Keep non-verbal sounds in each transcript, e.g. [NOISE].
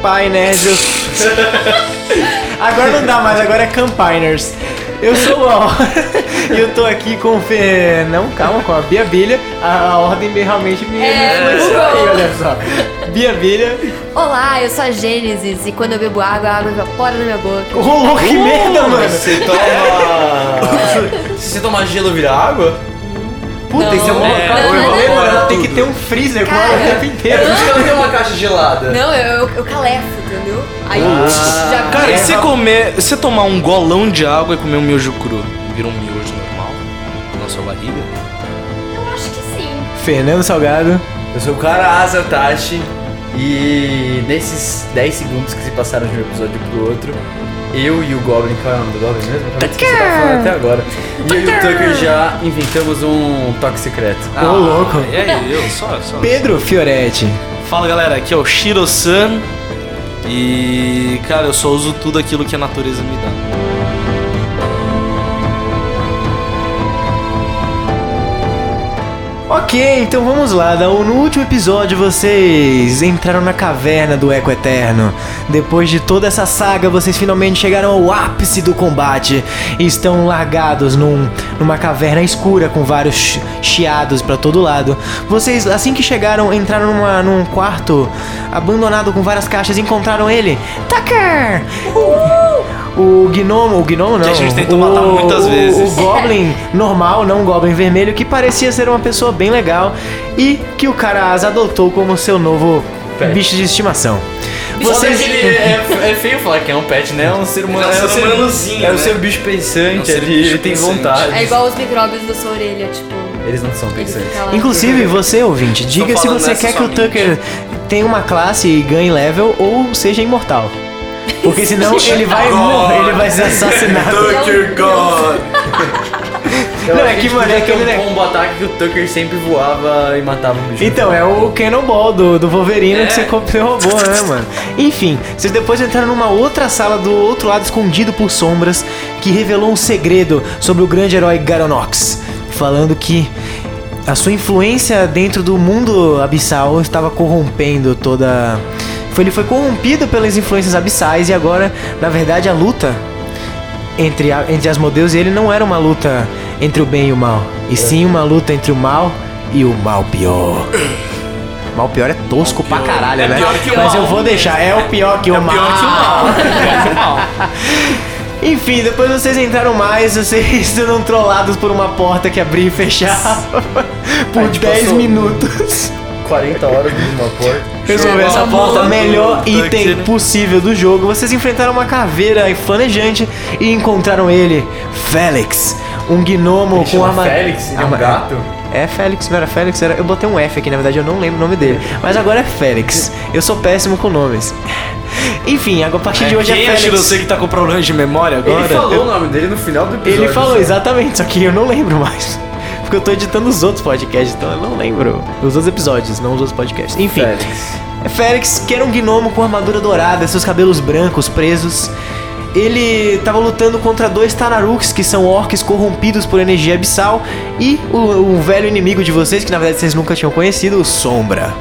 Painers. Eu... agora não dá mais, agora é Campiners. Eu sou o Al [LAUGHS] e eu tô aqui com o Fê... Não, calma, com a Bia Bilha. A, a ordem realmente me É, influenciou aí, mudou. olha só. Bia Bilha. Olá, eu sou a Gênesis e quando eu bebo água, a água evapora na minha boca. Ô, louco, que um merda, mano. Você [LAUGHS] toma. Se Então, ah, você tomar gelo, vira água? Puta, isso é uma... Não, É, não, eu não, falei, não. mano, ela tem que ter um freezer com ela o Cara. tempo inteiro. É por isso que ela tem uma caixa gelada. Não, eu, eu, eu calefo, entendeu? Aí Ah. já Cara, É, e se tá não. comer, se tomar um golão de água e comer um miojo cru, vira um miojo normal na sua barriga? Eu acho que sim. Fernando Salgado. Eu sou o cara Asa Tashi e nesses 10 segundos que se passaram de um episódio pro outro, eu e o Goblin, qual é o nome do Goblin mesmo? Como é que você tá falando até agora? E eu e o Tucker já inventamos um toque secreto. Ah, louco. E aí, eu só, só. Pedro Fioretti. Fala galera, aqui é o Shiro-san e cara, eu só uso tudo aquilo que a natureza me dá. Ok, então vamos lá. No no último episódio vocês entraram na caverna do Eco Eterno. Depois de toda essa saga, vocês finalmente chegaram ao ápice do combate e estão largados num- numa caverna escura com vários chi- chiados pra todo lado. Vocês, assim que chegaram, entraram numa- num quarto abandonado com várias caixas e encontraram ele. Tucker! O gnomo, o gnomo não. Que a gente tentou matar o- muitas o- vezes. O Goblin normal, não um Goblin vermelho, que parecia ser uma pessoa bem legal e que o cara as adotou como seu novo Pé. bicho de estimação. Vocês... Vocês. Que ele é, é feio falar que é um pet, né? É um ser humano. É um um ser ser humanozinho, É o né? seu bicho pensante, É um ser ele, bicho ele tem pensante. Tá vontade. É igual os micróbios da sua orelha, tipo. Eles não são Ele pensantes. fica lá. Inclusive, você, ouvinte, diga se falando você nessa quer que o somente. Tucker tenha uma classe e ganhe level ou seja imortal. Porque [LAUGHS] senão ele vai morrer, ele vai ser assassinado. Tucker God! Eu Não, acho é que, a gente mano, podia é ter aquele um combo ataque que o Tucker sempre voava e matava um bicho. Então, é o Cannonball do, do Wolverine que você co- você roubou, né, mano? Enfim, vocês depois entraram numa outra sala do outro lado, escondido por sombras, que revelou um segredo sobre o grande herói Garonox. Falando que a sua influência dentro do mundo abissal estava corrompendo toda. foi- Ele foi corrompido pelas influências abissais e agora, na verdade, a luta entre, a, entre as modelos e ele não era uma luta entre o bem e o mal, e sim uma luta entre o mal e o mal pior. [COUGHS] Mal pior é tosco pra caralho, É né? pior que o Mas eu mal. vou deixar, é o pior que o mal. Pior que o mal. Pior que o mal. Enfim, depois vocês entraram mais, vocês [LAUGHS] foram trollados por uma porta que abria e fechava por A gente 10 passou- minutos. 40 horas numa porta. Resolver essa Jogou a porta, bola melhor do item Tuxedo. possível do jogo. Vocês enfrentaram uma caveira flanejante e encontraram ele, Félix, um gnomo Ele com chama arma. Félix? Ele é um arma- gato? É Félix, não era Félix, era. Eu botei um F aqui, na verdade eu não lembro o nome dele. Mas agora é Félix. Eu sou péssimo com nomes. [LAUGHS] Enfim, agora a partir de hoje Quem é é Félix. Shiro-san que tá com problema de memória agora? Ele falou o nome dele no final do episódio. Ele falou, só. exatamente, só que eu não lembro mais. [LAUGHS] Porque eu tô editando os outros podcasts, então eu não lembro. Os outros episódios, não os outros podcasts. Enfim. Félix. É Félix, que era um gnomo com armadura dourada, seus cabelos brancos presos. Ele tava lutando contra dois Tanaruks, que são orcs corrompidos por energia abissal, e o, o velho inimigo de vocês, que na verdade vocês nunca tinham conhecido, o Sombra.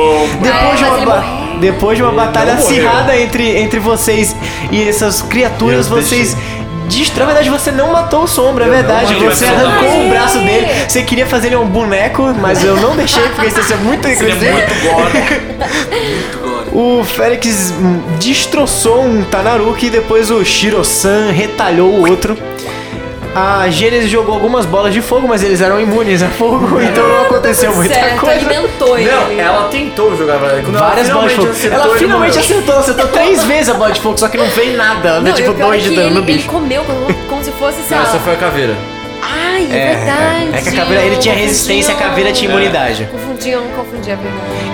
Depois, de Ah, mas uma, ele ba- morreu. depois de uma Ele batalha não morreu. acirrada entre, entre vocês e essas criaturas, Eu vocês. destro- Na verdade, você não matou o Sombra, é verdade. matei Você o Sombra. arrancou o Aê! braço dele. Você queria fazer ele um boneco, mas eu não deixei, porque isso ia ser muito Seria inclusive. [LAUGHS] muito gore. Muito gore. O Félix hum, destroçou um Tanaruki e depois o Shiro-san retalhou o outro. A Gênesis jogou algumas bolas de fogo, mas eles eram imunes a fogo, [LAUGHS] então não aconteceu muita certo, coisa. alimentou ele. Não, ela tentou jogar verdade. Quando Várias ela bolas finalmente de fogo. acertou, ela ele finalmente morreu. acertou, acertou [LAUGHS] três vezes a bola de fogo, só que não veio nada, né? Não, e Tipo, o pior é dois de que dano ele, no bicho. Ele comeu como, como se fosse, sei lá. Essa foi a caveira. Ai, é, É, verdade. é. É que a caveira- ele tinha eu resistência, a confundi, caveira tinha eu- imunidade. Confundi, eu não confundi, é verdade.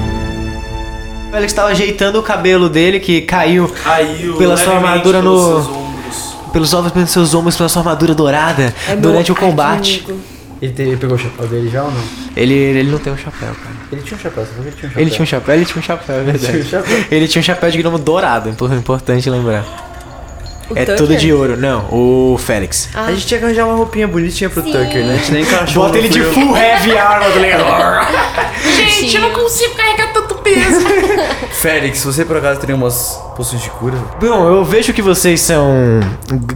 O Félix estava ajeitando o cabelo dele, que caiu Caiu Pela sua levemente armadura pelos no- seus ombros. pelos ovos, pelos seus ombros, pela sua armadura dourada É meu durante o combate. arquinimigo. Ele, te- ele pegou o chapéu dele já ou não? Ele, ele não tem um chapéu, cara. Ele tinha um chapéu, você falou que ele tinha um chapéu. Ele tinha um chapéu, ele tinha um chapéu, é verdade. tinha um chapéu. é Ele tinha um chapéu de gnomo dourado, impor- importante lembrar. O é Tucker? todo de ouro. Não, o Félix. Então, Ah. A gente tinha que arranjar uma roupinha bonitinha pro Sim. Tucker, né? A gente nem encaixou. Bota ele de frio. full heavy armor, tá ligado? Gente, eu não consigo carregar tanto peso. Félix, você por acaso teria umas poções de cura? Bom, eu vejo que vocês são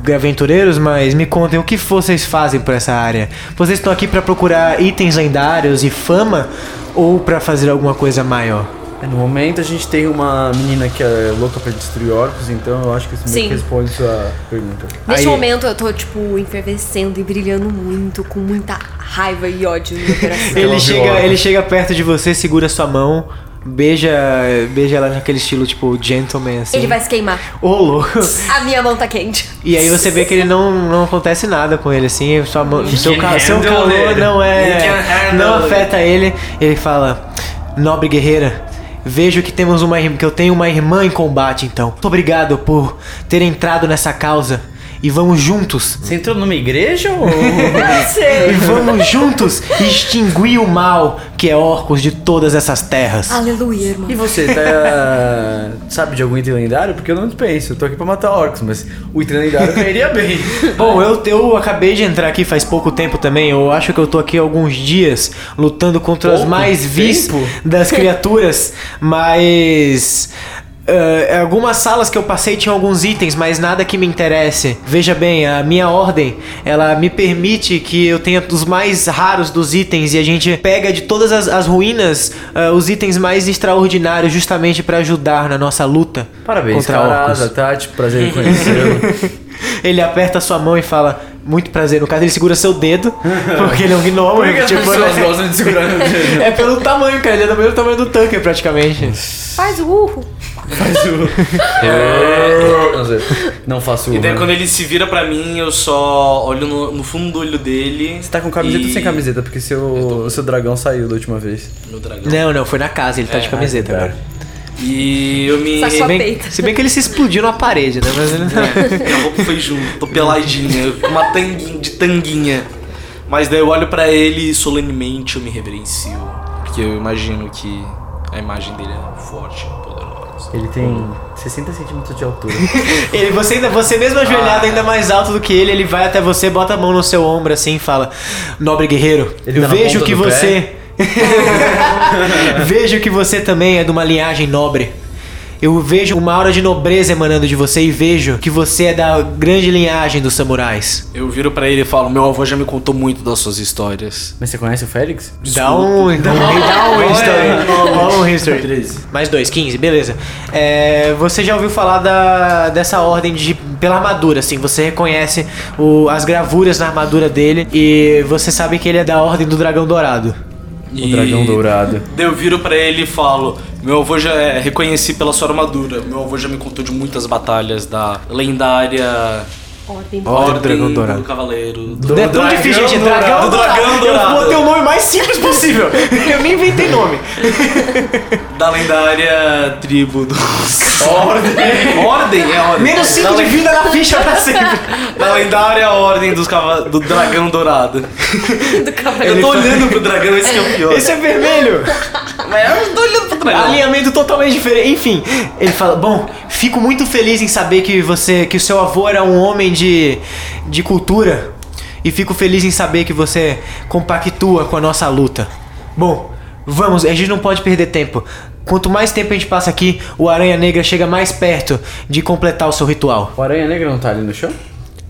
g- aventureiros, mas me contem o que vocês fazem por essa área. Vocês estão aqui pra procurar itens lendários e fama ou pra fazer alguma coisa maior? É, No momento a gente tem uma menina que é louca pra destruir orcos, então eu acho que isso meio Sim. que responde sua pergunta. Neste Aí- momento eu tô, tipo, enfervescendo e brilhando muito, com muita raiva e ódio no meu coração. Ele ouviu chega, algo. ele chega perto de você, segura sua mão, beija, beija ela naquele estilo tipo gentleman assim. Ele vai se queimar. Ô, louco. A minha mão tá quente. E aí você vê que ele não, não acontece nada com ele, assim, sua mão, seu, can ca- seu handle calor it. não You é. can handle Não afeta ele. Ele fala, nobre guerreira, vejo que temos uma irm- que eu tenho uma irmã em combate, então. Muito obrigado por ter entrado nessa causa. E vamos juntos. Você entrou numa igreja ou. Não E sei. vamos juntos extinguir o mal que é orcos de todas essas terras. Aleluia, irmão. [LAUGHS] e você, tá. sabe de algum item lendário? Porque eu não penso, eu tô aqui pra matar orcos, mas o item lendário cairia bem. [LAUGHS] Bom, eu, eu acabei de entrar aqui faz pouco tempo também. Eu acho que eu tô aqui há alguns dias lutando contra as Pouco mais vis tempo? das criaturas, mas. ah, algumas salas que eu passei tinham alguns itens, mas nada que me interesse. Veja bem, a minha ordem, ela me permite que eu tenha os mais raros dos itens e a gente pega de todas as, as ruínas ah, os itens mais extraordinários justamente pra ajudar na nossa luta Parabéns, contra orcos. Carada, Tati, tipo, prazer em [LAUGHS] conhecê-lo. [LAUGHS] Ele aperta sua mão e fala, muito prazer. No caso, ele segura seu [LAUGHS] dedo, porque ele é um gnomo. Por que as tipo, pessoas né? gostam de segurar no dedo? É pelo tamanho, cara. Ele é do mesmo tamanho do Tucker, praticamente. Faz o urro. Faz o. não, sei. É. não faço o. E daí quando ele se vira pra mim, eu só olho no, no fundo do olho dele. Você tá com camiseta e- ou sem camiseta? Porque seu, seu dragão saiu da última vez. Meu dragão. Não, não, foi na casa. Ele tá de camiseta tá. agora. E eu me. Só Se sua bem, peita. se bem que ele se explodiu na parede, né? Mas [LAUGHS] ele não... É, a roupa foi junto, tô peladinha, com uma tanguinha, de tanguinha. Mas daí eu olho pra ele e solenemente eu me reverencio. Porque eu imagino que a imagem dele é forte, poderosa. Ele tem 60 centímetros de [LAUGHS] altura. [LAUGHS] Ele, você, ainda, você mesmo Ah. ajoelhado, ainda mais alto do que ele, ele vai até você, bota a mão no seu ombro assim e fala: Nobre guerreiro, Ele dá na vejo ponta que do pé. [LAUGHS] você. vejo que você também é de uma linhagem nobre. Eu vejo uma aura de nobreza emanando de você e vejo que você é da grande linhagem dos samurais. Eu viro pra ele e falo: Meu avô já me contou muito das suas histórias. Mas você conhece o Félix? Dá um, dá um, dá um history. Dá um history. 13. Mais dois, 15, beleza. É, você já ouviu falar da, dessa ordem de pela armadura, assim, você reconhece o- as gravuras na armadura dele e você sabe que ele é da ordem do dragão dourado. O dragão dourado. Daí [LAUGHS] eu viro pra ele e falo: Meu avô já é, reconheci pela sua armadura. Meu avô já me contou de muitas batalhas da lendária Ordem. Ordem do Dragão Dourado. do Cavaleiro. Do não é tão dragão difícil, gente. dourado. Dragão Do dragão dourado. Eu botei o nome mais simples possível. [LAUGHS] Eu nem inventei nome. Da lendária tribo dos. Ordem! Ordem é ordem. Menos 5 da, de le- vida na ficha pra sempre. da lendária ordem dos cava... do dragão dourado. Do cavaleiro. Eu tô olhando pro dragão, esse que é o pior. Esse é vermelho. Mas eu tô olhando pro dragão. Alinhamento totalmente diferente. Enfim, ele fala: Bom, fico muito feliz em saber que você, que o seu avô era um homem de, de cultura. E fico feliz em saber que você compactua com a nossa luta. Bom, vamos, a gente não pode perder tempo. Quanto mais tempo a gente passa aqui, o Aranha Negra chega mais perto de completar o seu ritual. O Aranha Negra não tá ali no chão?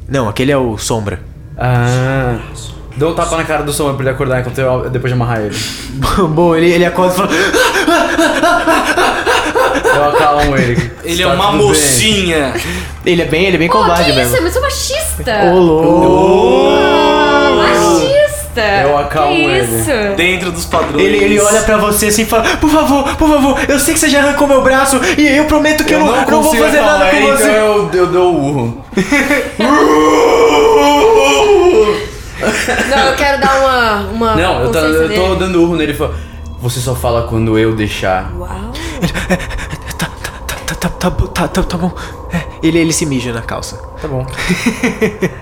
Não, aquele é o Sombra. [LAUGHS] Ah. Dá um tapa na cara do sombra pra ele acordar enquanto eu, depois de amarrar ele. Bom, ele, ele acorda e fala: Eu acalmo [LAUGHS] ele. Ele é Tá uma tudo bem. mocinha. Ele é bem, ele é bem Pô, covarde que isso? mesmo. Mas eu sou machista. Ô, louco! Machista. É Eu acalmo que ele. isso? Dentro dos padrões. Ele, ele olha pra você assim e fala: Por favor, por favor, eu sei que você já arrancou meu braço e eu prometo que eu, não, não vou consigo fazer nada com acalmar ele, você. Então eu, eu dou o urro. Não, eu quero dar uma. uma Não, eu tô, consciência eu tô dele. dando urro nele. Ele falou, Você só fala quando eu deixar. Uau. "É, Tá, tá, tá, tá, tá, tá, bo- tá, tá, tá bom. É, ele, ele se mija na calça. [LAUGHS] Tá bom.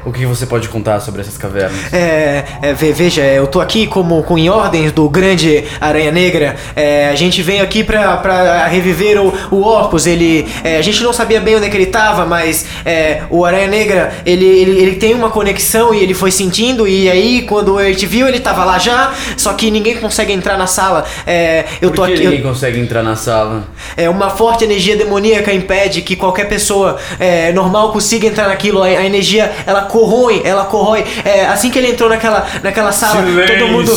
o que você pode contar sobre essas cavernas? É, é, ve- veja, eu tô aqui como com em ordens do grande Aranha Negra. É, a gente veio aqui pra, pra reviver o, o Orcus. Ele, é, a gente não sabia bem onde é que ele tava, mas é, o Aranha Negra, ele, ele, ele tem uma conexão e ele foi sentindo. E aí, quando ele te viu, ele tava lá já. Só que ninguém consegue entrar na sala. É, eu Por tô que aqui. eu- ninguém consegue entrar na sala? é, uma forte energia demoníaca impede que qualquer pessoa é, normal consiga entrar naquilo. A, a energia, ela corrói, ela corrói. É, assim que ele entrou naquela, naquela sala, Ah, todo mundo...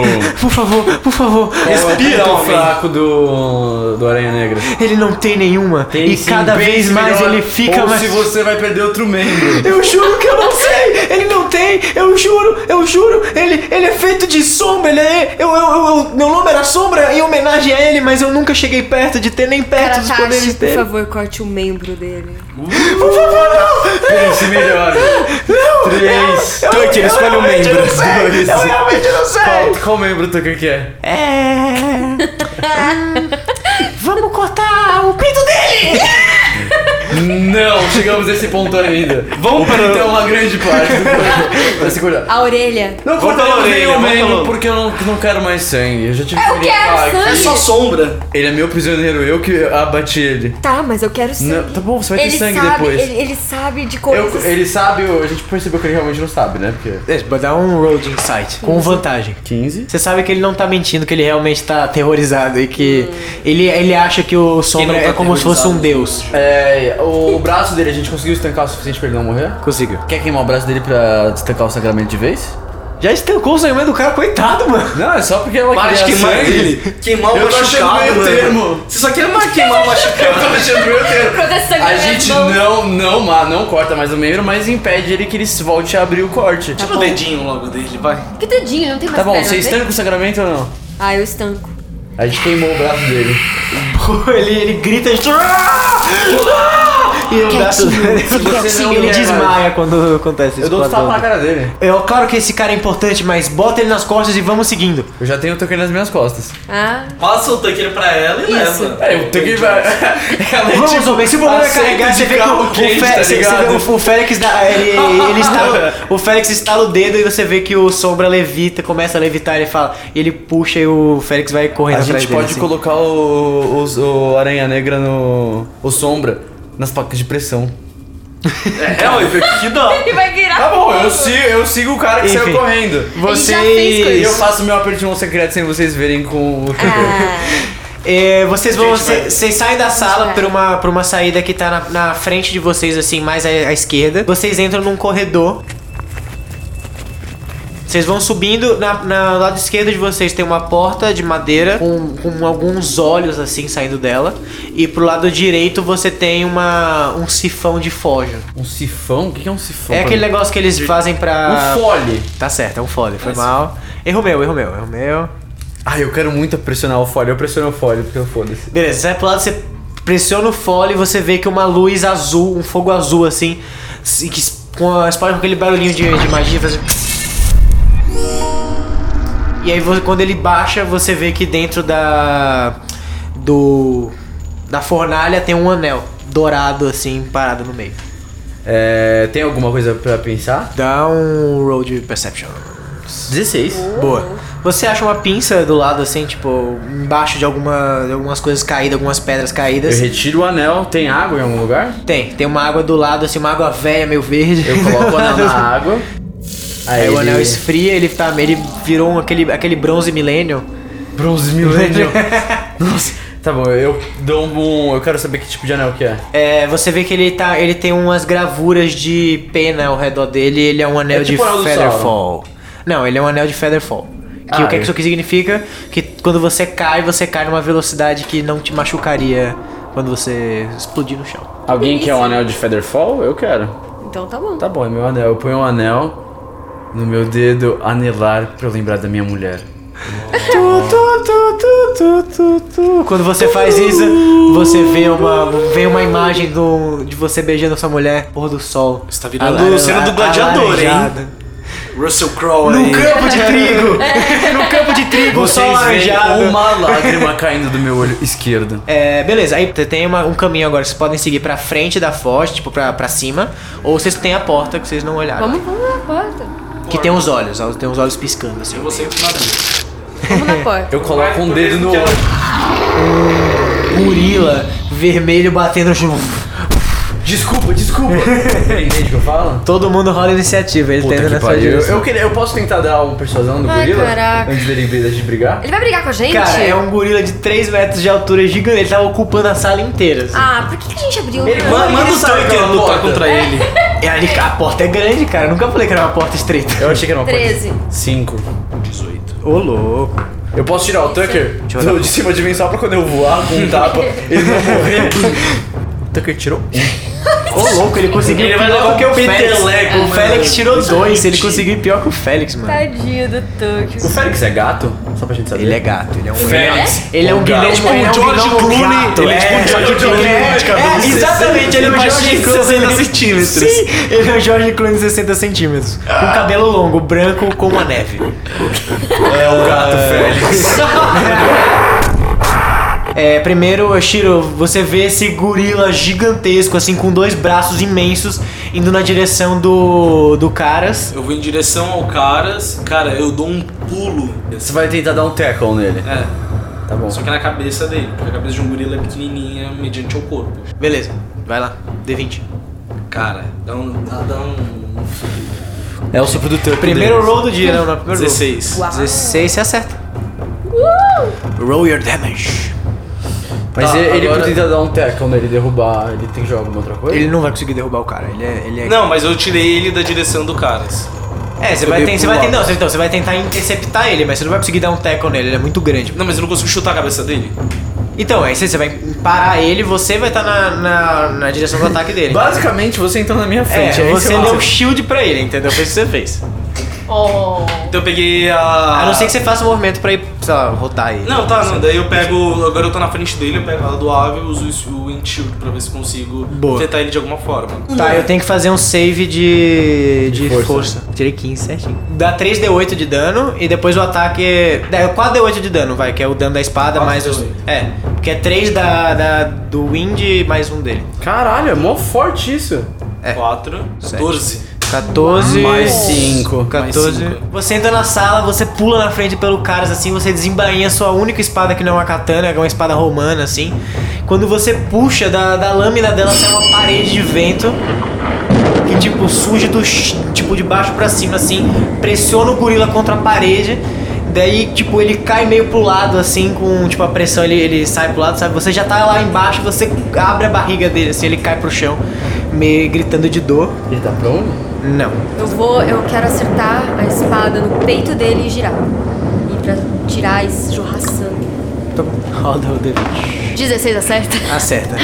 [LAUGHS] por favor, por favor. É, Respira, o fraco do, do Aranha Negra. Ele não tem nenhuma. e sim, cada pense vez mais melhor, ele fica ou mais... se você vai perder [LAUGHS] outro membro. Eu juro que eu não sei! Ele não tem! Eu juro, eu juro! Ele, ele é feito de sombra, ele é. Eu, eu, eu, eu- meu nome era sombra em homenagem a ele, mas eu nunca cheguei perto de ter nem perto dos Karatashi, poderes por dele. favor, corte o membro dele. Por favor, não! Pense melhor. Três. Tucker, escolhe um realmente membro. não [LAUGHS] sei, Eu realmente não Qual, sei. qual membro Tucker que é? Ah, Vamos cortar o pinto dele! Não, chegamos nesse ponto ainda. Vamos para- Então uma grande parte do [LAUGHS] corpo pra segurar. A orelha. Não Vamos corta pela o orelha, meu vamos membro pela- porque eu não, não quero mais sangue. Eu já tive Eu que quero limpar sangue. É só sombra. Ele é meu prisioneiro, eu que abati ele. Tá, mas eu quero sangue. Não, tá bom, você vai ter ele sangue sabe, depois. Ele, ele sabe de Eu- coisas. ele sabe, eu- a gente percebeu que ele realmente não sabe, né? Porque. Vai dar um road insight, com vantagem. 15. Você sabe que ele não tá mentindo, que ele realmente tá aterrorizado e que ele, ele acha que o Sombra não tá é como se fosse um aterrorizado? deus. É, o braço dele a gente conseguiu estancar o suficiente pra ele não morrer? Conseguiu. Quer queimar o braço dele pra estancar o sangramento de vez? Já estancou o sangue do cara, coitado, mano. Não, é só porque ela Para de queria queimar sangue. ele. Queimar o Eu tô achando machucado. meio mano. termo. Você só quer mais queimar o [LAUGHS] Eu tô machucado. deixando meio termo. Quando é sangue A nas gente mãos. Tá não, não, ma- não corta mais o membro, mas impede ele que ele se volte a abrir o corte. Tira o dedinho logo dele, vai. Que dedinho, não tem mais Tá bom, perna, você né? estanca o sangramento ou não? Ah, eu estanco. A gente queimou o braço dele. Pô, [LAUGHS] ele, ele grita e. E o braço dele. quietinho. Ele desmaia quando acontece isso. Eu dou com outro a tapa dor. na cara dele. É ó, claro que esse cara é importante, mas bota ele nas costas e vamos [LAUGHS] seguindo. Eu já tenho o Tucker nas minhas costas. Ah, Passa o Tucker pra ela e Isso. leva. É, o Tucker vai. [LAUGHS] Ela é Vamos, tipo homem, se o problema é aceita carregar, de você vê que o, carro o, quente, Fé- tá você- você ligado? vê o- o Félix dá, ele, ele [LAUGHS] estala, o Félix estala o dedo e você vê que o Sombra levita, começa a levitar e fala, e ele puxa e o Félix vai correndo A atrás gente dele. pode assim. colocar o, os- o Aranha Negra no. o Sombra nas facas de pressão. É, olha, que dó. ele vai virar. Tá bom, eu, si- eu sigo o cara que Enfim. saiu correndo. já fez Vocês, coisa. E eu faço meu aperto de mão secreto sem vocês verem com. o. Ah, É, vocês vão, Gente, vai- vocês vocês saem da sala vai. por uma, por uma saída que tá na, na frente de vocês, assim, mais à, à esquerda. Vocês entram num corredor. Vocês vão subindo, na, na- no lado esquerdo de vocês tem uma porta de madeira com, com alguns olhos assim saindo dela. E pro lado direito você tem uma, um sifão de fojo. [LAUGHS] Um sifão? O que que é um sifão? É pra aquele mim? negócio que eles fazem pra. Um fole. Tá certo, é um fole, foi mal. Erro meu, erro meu, erro meu. Ah, eu quero muito pressionar o fole. Eu pressiono o fole porque eu foda-se. Beleza, você vai pro lado, você pressiona o fole e você vê que uma luz azul, um fogo azul assim, se- que es- com a espalha com aquele barulhinho de, de magia faz. assim. E aí vo- quando ele baixa, você vê que dentro da. do. da fornalha tem um anel dourado assim, parado no meio. É, tem alguma coisa pra pensar? Dá um roll de perception. 16. Boa. Você acha uma pinça do lado assim, tipo, embaixo de, alguma, de algumas coisas caídas, algumas pedras Eu caídas. retiro o anel. Tem água em algum lugar? Tem, tem uma água do lado, assim, uma água velha, meio verde. [LAUGHS] Eu coloco o anel na [LAUGHS] água. Aí o ele- anel esfria, ele tá, ele virou um- aquele, aquele bronze milênio. Bronze Millennium. Nossa. [LAUGHS] Tá bom, eu dou um. Eu quero saber que tipo de anel que é. [LAUGHS] É, você vê que ele tá, ele tem umas gravuras de pena ao redor dele, ele é um anel É tipo de o anel do Featherfall. Não, ele é um anel de Featherfall. Que o Ah, que, é que é. isso aqui significa? Que quando você cai, você cai numa velocidade que não te machucaria quando você explodir no chão. Alguém quer um anel de Featherfall? Eu quero. então tá bom. Tá bom, é meu anel. Eu ponho um anel no meu dedo anelar pra eu lembrar da minha mulher. Tu, tu, tu, tu, tu, tu, tu. Quando você faz isso, você vê uma, vem uma imagem do, de você beijando sua mulher, pôr do sol. Você tá virando Alara- a cena do gladiador, hein? alaranjada. Russell Crowe Num aí. campo de trigo! Num campo de trigo, sol vocês veem alaranjado. uma [LAUGHS] lágrima Tá caindo do meu olho esquerdo. É, beleza, aí t- tem uma- um caminho agora, vocês podem seguir pra frente da foz, tipo pra, pra cima, ou vocês têm a porta que vocês não olharam. Vamos, vamos na porta. Que tem os olhos, ó, tem os olhos piscando assim. Eu vou sempre na dúvida. Vamos [LAUGHS] na porta. Eu coloco um dedo no olho. Gorila vermelho batendo no chão. um- Desculpa, [LAUGHS] desculpa. Entende o que eu falo? Todo mundo rola iniciativa, ele tá indo Puta que na sua pariu. Eu, direção. eu queria- eu posso tentar dar um persuasão no Ai, gorila? caraca. Antes dele vir de brigar? Ele vai brigar com a gente? Cara, é um gorila de 3 metros de altura é gigante, ele tava ocupando a sala inteira. Assim. Ah, por que, que a gente abriu? Ele Não, manda- um Manda ele o sabe Tony aquela querendo lutar porta. contra ele. E ali, a porta é grande, cara. Eu nunca falei que era uma porta [LAUGHS] estreita. Eu achei que era uma 13. 5. 18. Ô, louco. Eu posso tirar o Tucker eu olhar. do, de cima de mim só pra quando eu voar com um [LAUGHS] tapa ele não morrer. O Tucker tirou um. Ô, louco, ele conseguiu Ele vai pior levar que o um Félix. peteleco, O Félix mano. tirou dois, ele conseguiu pior que o Félix, mano. Tadinho do O Tuxo. Félix é gato? Só pra gente saber. Ele é gato, ele é um. Félix. Ele é um Gato. gnomo, Tipo ele é um o George gnomo Clooney, gato, ele é tipo o George Clooney é, de cabelo é, de Exatamente, ele é o 60, George de Clooney. 60 centímetros. Sim, ele é o George Clooney de 60 centímetros. Com cabelo longo, branco, como a neve. É o gato, Félix. [LAUGHS] É, primeiro, Shiro, você vê esse gorila gigantesco, assim, com dois braços imensos, indo na direção do, do Caras. Eu vou em direção ao Caras. Cara, eu dou um pulo. Você vai tentar dar um tackle nele. É, Tá bom. só que na cabeça dele. Porque a cabeça de um gorila é pequenininha mediante o corpo. Beleza, vai lá, D20. Cara, dá um... Dá, dá um... É o sopro do Tucker. Primeiro dele. roll do dia, não, não, primeiro roll. 16. Uau. 16, você acerta. Roll your damage. Mas Tá, ele, ele agora- pode tentar dar um tackle nele, derrubar. Ele tem que jogar alguma outra coisa? Ele não vai conseguir derrubar o cara, ele é... Ele é... Não, mas eu tirei ele da direção do Caras. É, você Eu vai, dei ten- pro você vai ten- alto. não, você- então, você vai tentar interceptar ele, mas você não vai conseguir dar um tackle nele, ele é muito grande. Não, mas eu não consigo chutar a cabeça dele. Então, aí você, você vai parar ele, você vai estar na, na, na direção do ataque dele. Basicamente, você entrou na minha É, frente. aí você mata. deu shield pra ele, entendeu? Foi isso que você fez. Oh. Então eu peguei A a... não ser que você faça um movimento pra ir, sei lá, rotar ele. Não, tá, não. Daí eu pego. Agora eu tô na frente dele, eu pego ela do Ave e uso isso- o Wind Shield pra ver se consigo Boa. tentar ele de alguma forma. Tá, eu tenho que fazer um save de, de, De força. força. Tirei 15 certinho. Dá 3d8 de dano e depois o ataque é. Dá 4d8 de dano, vai, que é o dano da espada mais os. 4d8. É, porque é 3 da, da- do Wind e mais um dele. Caralho, é mó forte isso. É. 4, Sete. 14. 14. Mais cinco. 14. Mais cinco. Você entra na sala, você pula na frente pelo caras assim, você desembainha sua única espada que não é uma katana, é uma espada romana assim. Quando você puxa da, da lâmina dela sai uma parede de vento que tipo surge do ch- tipo de baixo pra cima assim, pressiona o gorila contra a parede. Daí, tipo, ele cai meio pro lado, assim, com, tipo, a pressão, ele, ele sai pro lado, sabe? Você já tá lá embaixo, você abre a barriga dele, assim, ele cai pro chão, meio gritando de dor. Ele tá pronto? Não. Eu vou, eu quero acertar a espada no peito dele e girar. E pra tirar e jorrar sangue. Tá [LAUGHS] bom. Roda o D20. 16 acerta? Acerta.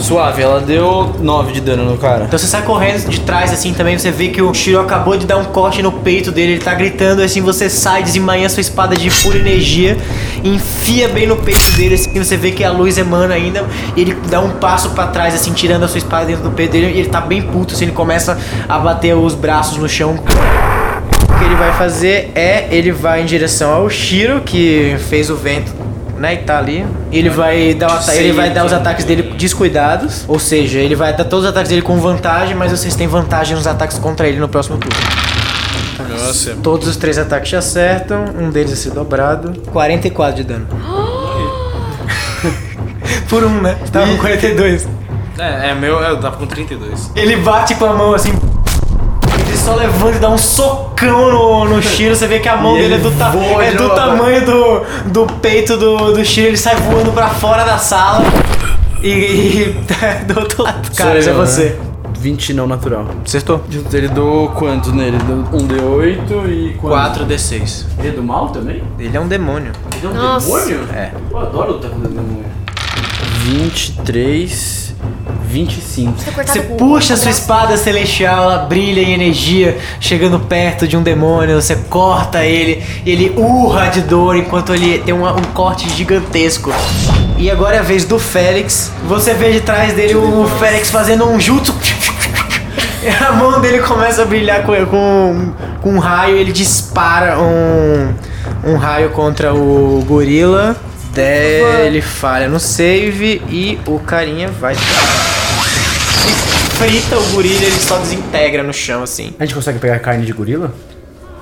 Suave, ela deu 9 de dano no cara. Então você sai correndo de trás assim também, você vê que o Shiro acabou de dar um corte no peito dele, ele tá gritando assim, você sai, desembainha sua espada de pura energia, enfia bem no peito dele, assim, você vê que a luz emana ainda, e ele dá um passo pra trás, assim, tirando a sua espada dentro do peito dele, e ele tá bem puto, assim, ele começa a bater os braços no chão. O que ele vai fazer é, ele vai em direção ao Shiro, que fez o vento. Né, e tá ali. Ele vai dar o ata- ele vai dar os ataques dele descuidados. Ou seja, ele vai dar todos os ataques dele com vantagem, mas vocês têm vantagem nos ataques contra ele no próximo turno. Nossa. Todos os três ataques te acertam, um deles é ser dobrado. 44 de dano. Por um, né? Tava com 42. É, é meu, eu tava com 32. Ele bate com a mão assim. Ele só levanta e dá um socão no, no Shiro. Você vê que a mão E dele é ele do, ta- voa é de do uma- tamanho do, do peito do, do Shiro. Ele sai voando pra fora da sala. E, e [LAUGHS] do outro lado. Cara, Sou é eu, né? você. 20 não natural. Acertou. Ele deu quanto nele? Deu um D8 e quanto? 4d6. Ele é do mal também? Ele é um demônio. Ele é um Nossa. demônio? É. Eu adoro lutar contra demônio. 23, 25. Tá cortado Você com- puxa sua com braço. espada celestial, ela brilha em energia, chegando perto de um demônio, você corta ele, e ele urra de dor enquanto ele tem uma- um corte gigantesco. E agora é a vez do Félix. Você vê de trás dele o Félix fazendo um jutsu. [LAUGHS] E a mão dele começa a brilhar com, com, com um raio, ele dispara um, Um raio contra o gorila. De... Ele falha no save e o carinha vai. Frita o gorila, ele só desintegra no chão assim. A gente consegue pegar carne de gorila?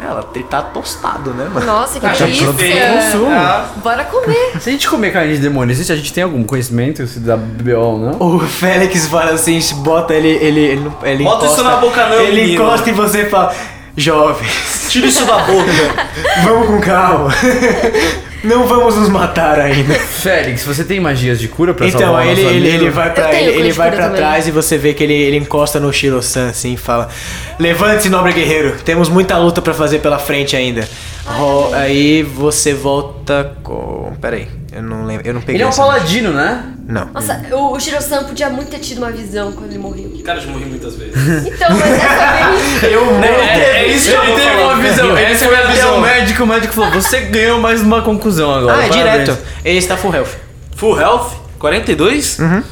Ela ele tá tostado, né, mano? Nossa, que Ah, já delícia! Consumo. Ah. Bora comer! Se a gente comer carne de demônio, existe? A gente tem algum conhecimento se dá BO ou não? O Félix fala assim, bota ele, ele, ele, não- ele Bota isso encosta, na boca não, Ele menino. encosta e você fala, jovens, Tira isso da boca. [LAUGHS] vamos com calma. [LAUGHS] Não vamos nos matar ainda. Félix, você tem magias de cura pra Então, salvar aí o ele, nosso ele, amigo? ele vai pra, tenho ele, ele vai cura pra também. trás e você vê que ele, ele encosta no Shiro-san assim e fala: Levante-se, nobre guerreiro, temos muita luta pra fazer pela frente ainda. Ro- aí você volta com. Peraí, eu não lembro, eu não peguei. Ele é um essa- paladino, né? Não. Nossa, o Shiro-san podia muito ter tido uma visão quando ele [LAUGHS] morreu. Cara, eu morri muitas vezes. Então, mas essa vez... Eu É, é isso que eu Ele vou teve falar. uma visão. Ele Essa foi é a minha até o visão. médico, o médico falou: você ganhou mais uma conclusão agora. Ah, é parabéns." direto. Ele está full health. Full health? 42? Uhum.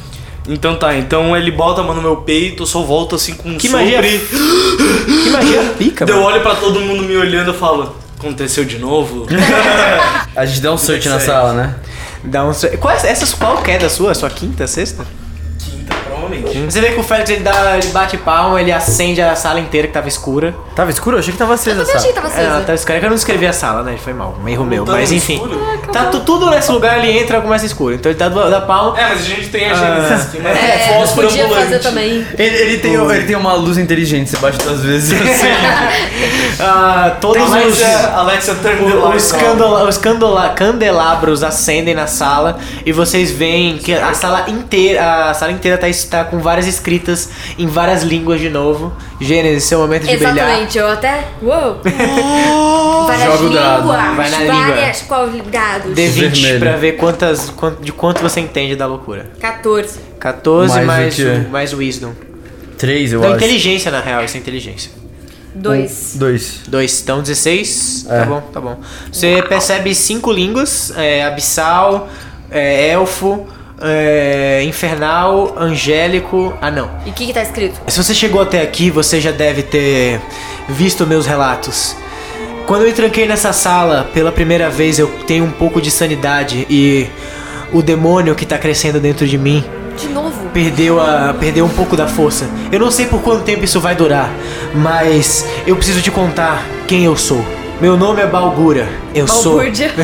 Então tá, então ele bota a mão no meu peito, eu só volto assim com um Que sopro magia. e- [GASPS] Que magia pica, Eu mano. olho pra todo mundo me olhando e falo, aconteceu de [LAUGHS] novo? É. A gente dá um search na sala, né? Dá um... Quais, essas, qual que é da sua? Sua quinta, sexta? Quinta, provavelmente. Hum. Você vê que o Félix ele, dá, ele bate palma, ele acende a sala inteira que tava escura. Tava escuro? Eu achei que tava acesa Eu a também achei sala. que tava É, ela cinza. tá escura. É que eu não escrevi a sala, né? Foi mal. Um erro meu. tá Mas no enfim. escuro? Ah, Tá tu- tudo nesse lugar, ele entra e começa escuro. Então ele dá, dá palma. É, mas a gente tem a Ah. Gênesis aqui, né? É, Fósforo podia ambulante. fazer também. Ele, ele tem, um, ele tem uma luz inteligente, você bate duas vezes assim. [LAUGHS] Ah, todos os. é, Alexa, Alexa, turn the o- lights Os, on. candela- os candela- candelabros acendem na sala e vocês veem que a sala inteira, a sala inteira tá, está com várias escritas em várias línguas de novo. Gênesis, seu momento de brilhar. Exatamente, eu até. Uou! várias Joga o dado. línguas, Vai na várias qualidades. D20 Vermelho. pra ver quantas, quant- de quanto você entende da loucura. 14. 14 mais, Mais o mais, quê? o- mais wisdom. [LAUGHS] Três, eu Não, acho. Um, inteligência na real, isso é inteligência. 2. [LAUGHS] Dois. Dois, então 16. É. Tá bom, tá bom. Você percebe cinco línguas: é, abissal, é, elfo, é, infernal, angélico. Ah, não. E o que que tá escrito? Se você chegou até aqui, você já deve ter visto meus relatos. Quando eu me tranquei nessa sala, pela primeira vez eu tenho um pouco de sanidade e o demônio que tá crescendo dentro de mim De novo. perdeu a perdeu um pouco da força. Eu não sei por quanto tempo isso vai durar, mas eu preciso te contar quem eu sou. Meu nome é Balgura. Eu Balbúrdia. [LAUGHS] sou.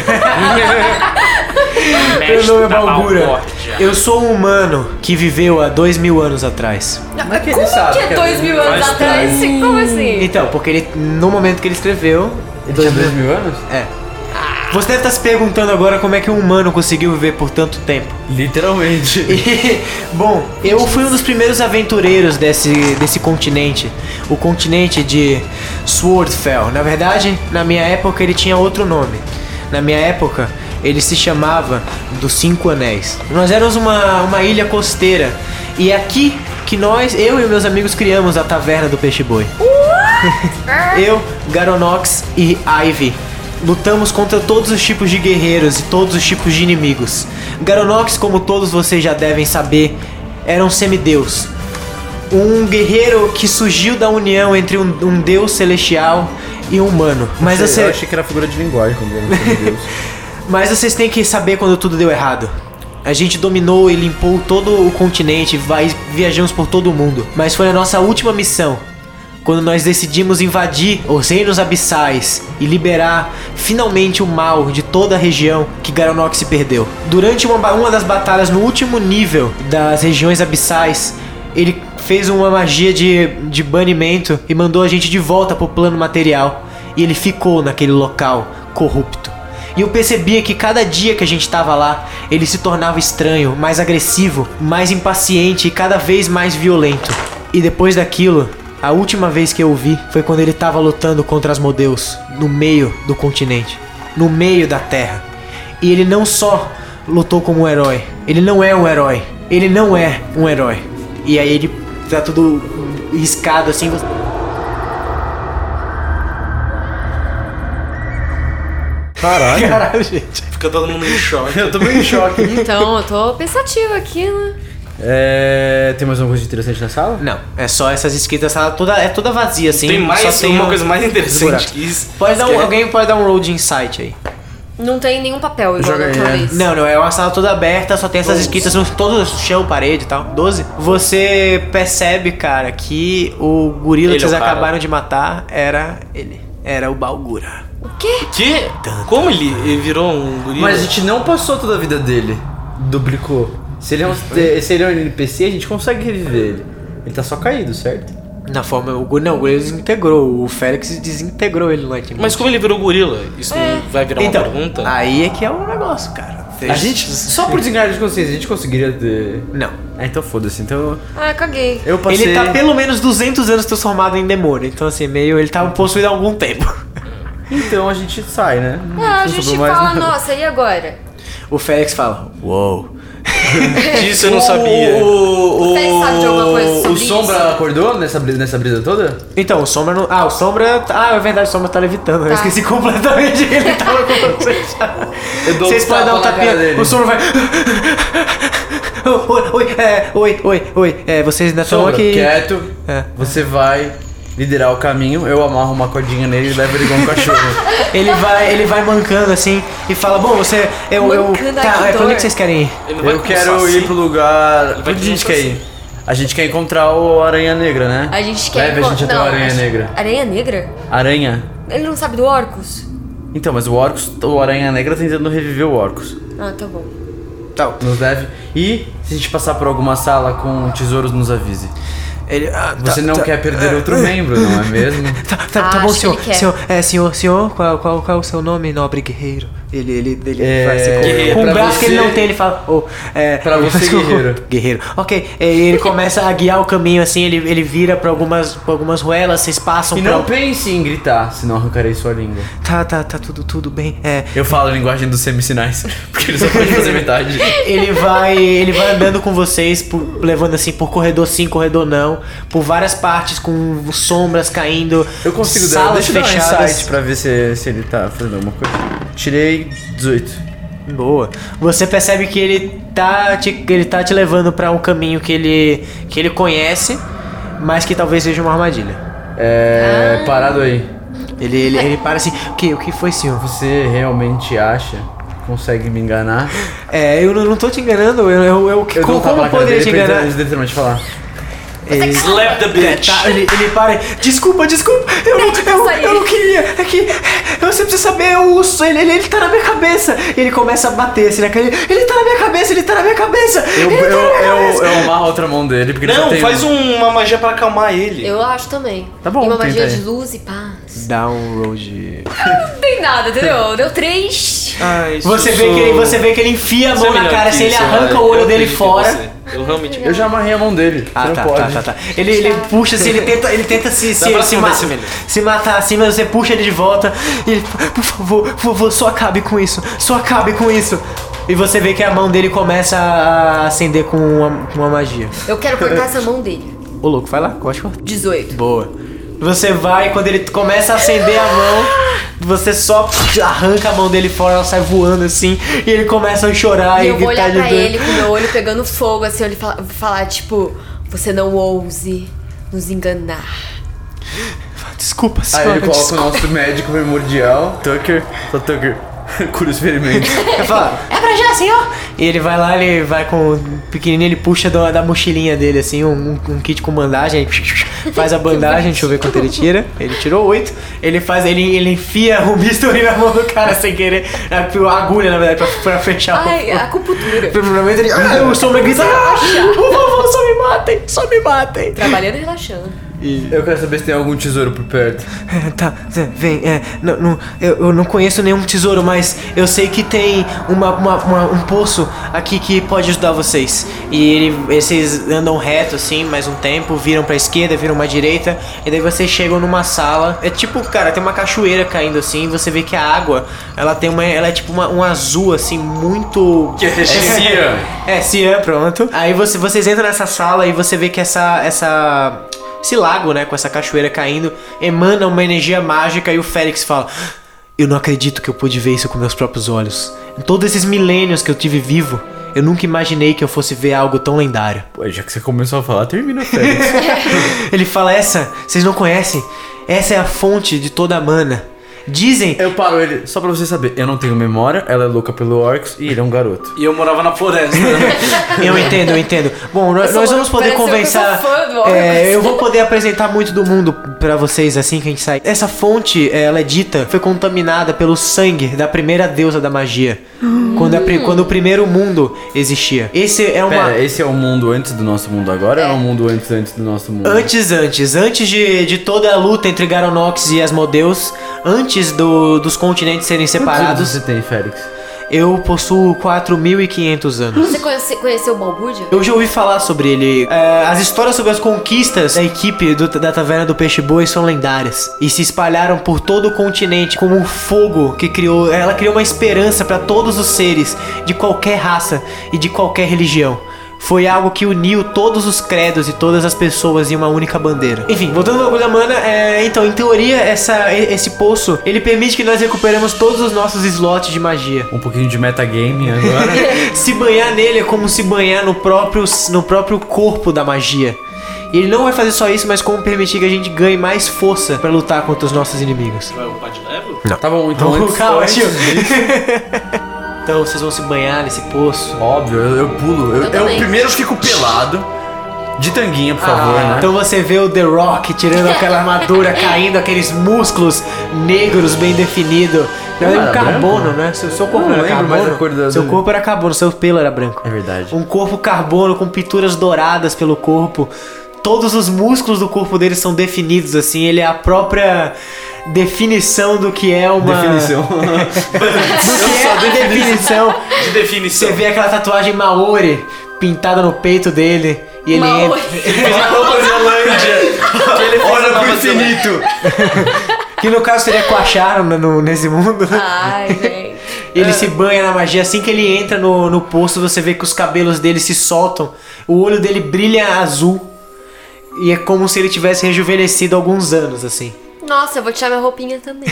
Meu nome tá é Balgura. Eu sou um humano que viveu há dois mil anos atrás. Não, é que ele Como sabe que é que é dois mil dois anos mil atrás? anos? Como assim? Então, porque ele no momento que ele escreveu, Ele tinha dois mil anos? é. Você deve estar se perguntando agora como é que um humano conseguiu viver por tanto tempo. Literalmente. E, [LAUGHS] Bom, eu fui um dos primeiros aventureiros desse, desse continente, o continente de Swordfell. Na verdade, na minha época ele tinha outro nome. Na minha época, ele se chamava dos Cinco Anéis. Nós éramos uma, uma ilha costeira e é aqui que nós, eu e meus amigos, criamos a Taverna do Peixe Boi. Eu, Garonox e Ivy lutamos contra todos os tipos de guerreiros e todos os tipos de inimigos. Garonox, como todos vocês já devem saber, era um semideus. Um guerreiro que surgiu da união entre um, um deus celestial e um humano. Mas Eu você, achei que era figura de linguagem quando ele era Deus. mas vocês têm que saber quando tudo deu errado. A gente dominou e limpou todo o continente, vai, viajamos por todo o mundo. Mas foi a nossa última missão. Quando nós decidimos invadir os reinos abissais e liberar finalmente o mal de toda a região que Garonox se perdeu. Durante uma, ba- uma das batalhas no último nível das regiões abissais, ele fez uma magia de, de banimento e mandou a gente de volta pro plano material. E ele ficou naquele local corrupto. E eu percebia que cada dia que a gente tava lá, ele se tornava estranho, mais agressivo, mais impaciente e cada vez mais violento. E depois daquilo, a última vez que eu o vi foi quando ele tava lutando contra as Modeus, no meio do continente, no meio da terra. E ele não só lutou como um herói, ele não é um herói, ele não é um herói. E aí ele tá tudo riscado assim, você- Caralho. caralho, gente. Fica todo mundo em choque. Eu tô meio em choque. Então, eu tô pensativa aqui, né? É, tem mais alguma coisa interessante na sala? Não, é só essas escritas, ela toda, é toda vazia assim. tem mais, só tem uma um- coisa mais interessante buraco. que é isso. Pode dar um, Esquece. alguém pode dar um roll de insight aí. Não tem nenhum papel igual Joga da aí, outra é. vez. Não, não, é uma sala toda aberta, só tem essas escritas no todo o chão, parede e tal. 12. Você percebe, cara, que o gorila Ele que vocês é o cara. acabaram de matar era ele. Era o Balgura. O quê? Que? Como ele, ele virou um gorila? Mas a gente não passou toda a vida dele. Duplicou. Se ele é um, se ele é um NPC, a gente consegue reviver ele. Ele tá só caído, certo? Na forma. O, gor- não, o gorila desintegrou. O Félix desintegrou ele lá de Mas como ele virou gorila? Isso É. não vai virar então, uma pergunta? ah, aí é que é o negócio, cara. A gente, só por desencargo de consciência, a gente conseguiria ter... Não. Ah, então foda-se. Então Ah, caguei. eu passei... Ele tá pelo menos 200 anos transformado em demônio. Então, assim, meio. Ele tá possuído há algum tempo. Então a gente sai, né? Ah, a Não sobrou gente mais fala, nada. nossa, e agora? O Félix fala: Uou. Disso eu não sabia. O, o, Vocês sabem de alguma coisa sobre o Sombra isso? acordou nessa brisa, nessa brisa toda? Então, o Sombra não. Ah, o Sombra. Ah, é verdade, o Sombra tá levitando. Eu Tá. esqueci [LAUGHS] completamente que ele tava com vocês. Eu dou um Vocês podem dar tapa um na tapinha. cara dele. O Sombra vai. [LAUGHS] Oi, oi, é, oi, oi, oi. É, vocês ainda estão Sombra, aqui. quieto. É. Você vai liderar o caminho. Eu amarro uma cordinha nele e levo ele igual [LAUGHS] um cachorro. Ele vai, ele vai mancando assim e fala: Bom, você. Eu. eu Mancando, ai, tá, que é, pra onde dor. é que vocês querem ir? Ele não vai Eu começar quero assim. ir pro lugar. vai Onde a gente começar assim. quer ir? A gente quer encontrar o Aranha Negra, né? A gente quer. Leve a encont- gente até o Não, Aranha a gente- Negra. Aranha Negra? Aranha? Ele não sabe do Orcus? Então, mas o Orcus, o Aranha Negra tá tentando reviver o Orcus. Ah, tá bom. Nos leve. E se a gente passar por alguma sala com tesouros, nos avise. Ele, ah, Você tá, não tá, quer perder outro membro, não é [LAUGHS] mesmo? Tá, tá, Ah, tá bom, acho que senhor. ele quer. Senhor, é, senhor, senhor, qual, qual, qual é o seu nome, nobre guerreiro? Ele, ele, ele É, faz assim, com- com, pra um braço que você- ele não tem, ele fala. Oh, é, Pra ele você, faz com- guerreiro. [LAUGHS] Guerreiro. Ok, é, ele começa a guiar o caminho assim, ele, ele vira pra algumas, pra algumas ruelas, vocês passam E pra. não pense em gritar, senão arrancarei sua língua. Tá, tá, tá, tudo, tudo bem. É, Eu falo a linguagem dos semissinais, [LAUGHS] porque ele só pode fazer metade. ele vai ele vai andando com vocês, por- levando assim por corredor sim, corredor não, por várias partes com sombras caindo. Eu consigo dar, salas deixa eu dar um fechadas. insight pra ver se, se ele tá fazendo alguma coisa. Tirei 18. Boa. Você percebe que ele tá te, que ele tá te levando pra um caminho que ele que ele conhece, mas que talvez seja uma armadilha. É. Parado aí. Ele ele, ele para assim, o que o que foi, senhor? Você realmente acha que consegue me enganar? É, eu não, não tô te enganando, eu eu, eu, Eu dou como, um tapa como na cara poderia dele te pra ele enganar? ter- literalmente [LAUGHS] falar. Ele, é Slap the bitch. tá, ele, ele para, e, desculpa, desculpa, eu não, eu, sair. eu não queria, é que você precisa saber, o urso, ele, ele, ele tá na minha cabeça. E ele começa a bater assim, né? Ele, ele tá na minha cabeça, ele tá na minha cabeça. Eu, ele tá eu, na minha eu, cabeça." eu amarro a outra mão dele, porque ele só Não, tem faz um- uma magia pra acalmar ele. Eu acho também. Tá bom, Tem uma tenta magia aí. de luz e paz. Dá um roll de Não tem nada, [LAUGHS] entendeu? Deu três. Ai, Ah, isso Você eu vê, sou- que ele, você vê que ele enfia a Você é mão na melhor cara, que assim, ele isso, arranca cara. o olho Eu dele acredito em fora. você. Eu realmente. Eu já amarrei a mão dele. Ah, você tá, não pode. tá, tá, tá. Ele, ele puxa [LAUGHS] assim, ele tenta, ele tenta se, se, pra se, cima ma- desse menino. se matar assim, mas você puxa ele de volta. E ele, fala, por favor, por favor, só acabe com isso, só acabe com isso. E você vê que a mão dele começa a acender com uma, com uma magia. Eu quero cortar essa mão dele. Ô louco, vai lá, corte, corte. 18. Boa. Você vai, quando ele começa a acender a mão, você só arranca a mão dele fora, ela sai voando assim, e ele começa a chorar E e, eu vou gritar olhar de pra dor. ele com meu olho pegando fogo, assim, ele fala, falar, tipo, você não ouse nos enganar. Desculpa, Aí senhora, ele coloca o desculpa. nosso médico primordial, Tucker. Só Tucker. [LAUGHS] Cura os ferimentos. Eu falo, é pra já, senhor! E ele vai lá, ele vai com o pequenininho, ele puxa da, da mochilinha dele, assim, um, um kit com bandagem, aí faz a bandagem, deixa eu ver quanto ele tira. Ele tirou oito, ele faz, ele, ele enfia o bisturi na mão do cara sem querer, a, a agulha, na verdade, pra, pra fechar Ai, é o... acupuntura. [LAUGHS] Pelo momento ele. Ah, o sombra grita. "Ah, Por favor, só me matem! Só me matem! Trabalhando e relaxando. Eu quero saber se tem algum tesouro por perto. É, tá, Zé, vem, é, não, não, eu, eu não conheço nenhum tesouro, mas eu sei que tem uma, uma- uma- um poço aqui que pode ajudar vocês. E ele, vocês andam reto assim, mais um tempo, viram pra esquerda, viram pra direita, e daí vocês chegam numa sala. É tipo, cara, tem uma cachoeira caindo assim, e você vê que a água, ela tem uma, ela é tipo uma- um azul assim, muito... Que é Cian. É, Cian, pronto. Aí você, vocês entram nessa sala e você vê que essa, essa, esse lago, né, com essa cachoeira caindo, emana uma energia mágica e o Félix fala: "Ah, Eu não acredito que eu pude ver isso com meus próprios olhos. Em todos esses milênios que eu tive vivo, eu nunca imaginei que eu fosse ver algo tão [LAUGHS] lendário. Pô, já que você começou a falar, termina a férias. Ele fala: Essa, vocês não conhecem? Essa é a fonte de toda a mana. Dizem. [LAUGHS] Eu paro ele, só pra você saber, eu não tenho memória, ela é louca pelo Orcs e ele é um garoto. E eu morava na [LAUGHS] floresta. Eu entendo, eu entendo. Bom, nós, sou nós vamos poder pareceu que eu sou conversar. fã do Orcs. É, eu vou poder apresentar muito do mundo pra vocês assim que a gente sai. Essa fonte, é, ela é dita, foi contaminada pelo sangue da primeira deusa da magia. Quando, a pri- Hum. quando o primeiro mundo existia. Esse é uma. Pera, esse é o mundo antes do nosso mundo agora ou é o mundo antes antes do nosso mundo? Antes, antes, antes de, de toda a luta entre Garonox e Asmodeus, antes do- dos continentes serem Quantos anos separados, você tem, Félix? eu possuo 4.500 anos. Você conhece- conheceu o Balbúrdia? Eu já ouvi falar sobre ele. É, as histórias sobre as conquistas da equipe do- da Taverna do Peixe Boi são lendárias e se espalharam por todo o continente como um fogo que criou. Ela criou uma esperança para todos os seres de qualquer raça e de qualquer religião. Foi algo que uniu todos os credos e todas as pessoas em uma única bandeira. Enfim, voltando ao Agulha Mana, é, então, em teoria, essa- e- esse poço, ele permite que nós recuperemos todos os nossos slots de magia. Um pouquinho de metagame agora. [LAUGHS] Se banhar nele é como se banhar no próprio, no próprio corpo da magia. E ele não vai fazer só isso, mas como permitir que a gente ganhe mais força pra lutar contra os nossos inimigos. Vai upar de level? tá bom, então Vamos antes, calma, antes tio. disso- Então vocês vão se banhar nesse poço. Óbvio, eu, eu pulo. Eu, Eu eu também. primeiro fico pelado. De tanguinha, por favor, né? Então você vê o The Rock tirando aquela armadura, caindo aqueles músculos negros bem definido. Não, Não era um era carbono, branco? né? Seu, seu corpo Não era lembro mais carbono. a cor da- seu do- corpo era carbono, seu pelo era branco. É verdade. Um corpo carbono com pinturas douradas pelo corpo. Todos os músculos do corpo dele são definidos assim. Ele é a própria definição do que é uma Definição. [LAUGHS] Do que é a definição. De Você definição. vê aquela tatuagem Maori pintada no peito dele e ele Maori. [LAUGHS] entra. Ele fez na Nova Zelândia. Que ele fez na Olha pro Nova Zelândia. infinito! Que no caso seria Coachar no, né, no- nesse mundo. né? Ai, gente. Ele se banha na magia. Assim que ele entra no, no poço, você vê que os cabelos dele se soltam. O olho dele brilha azul. E é como se ele tivesse rejuvenescido há alguns anos, assim. Nossa, eu vou tirar minha [LAUGHS] roupinha também.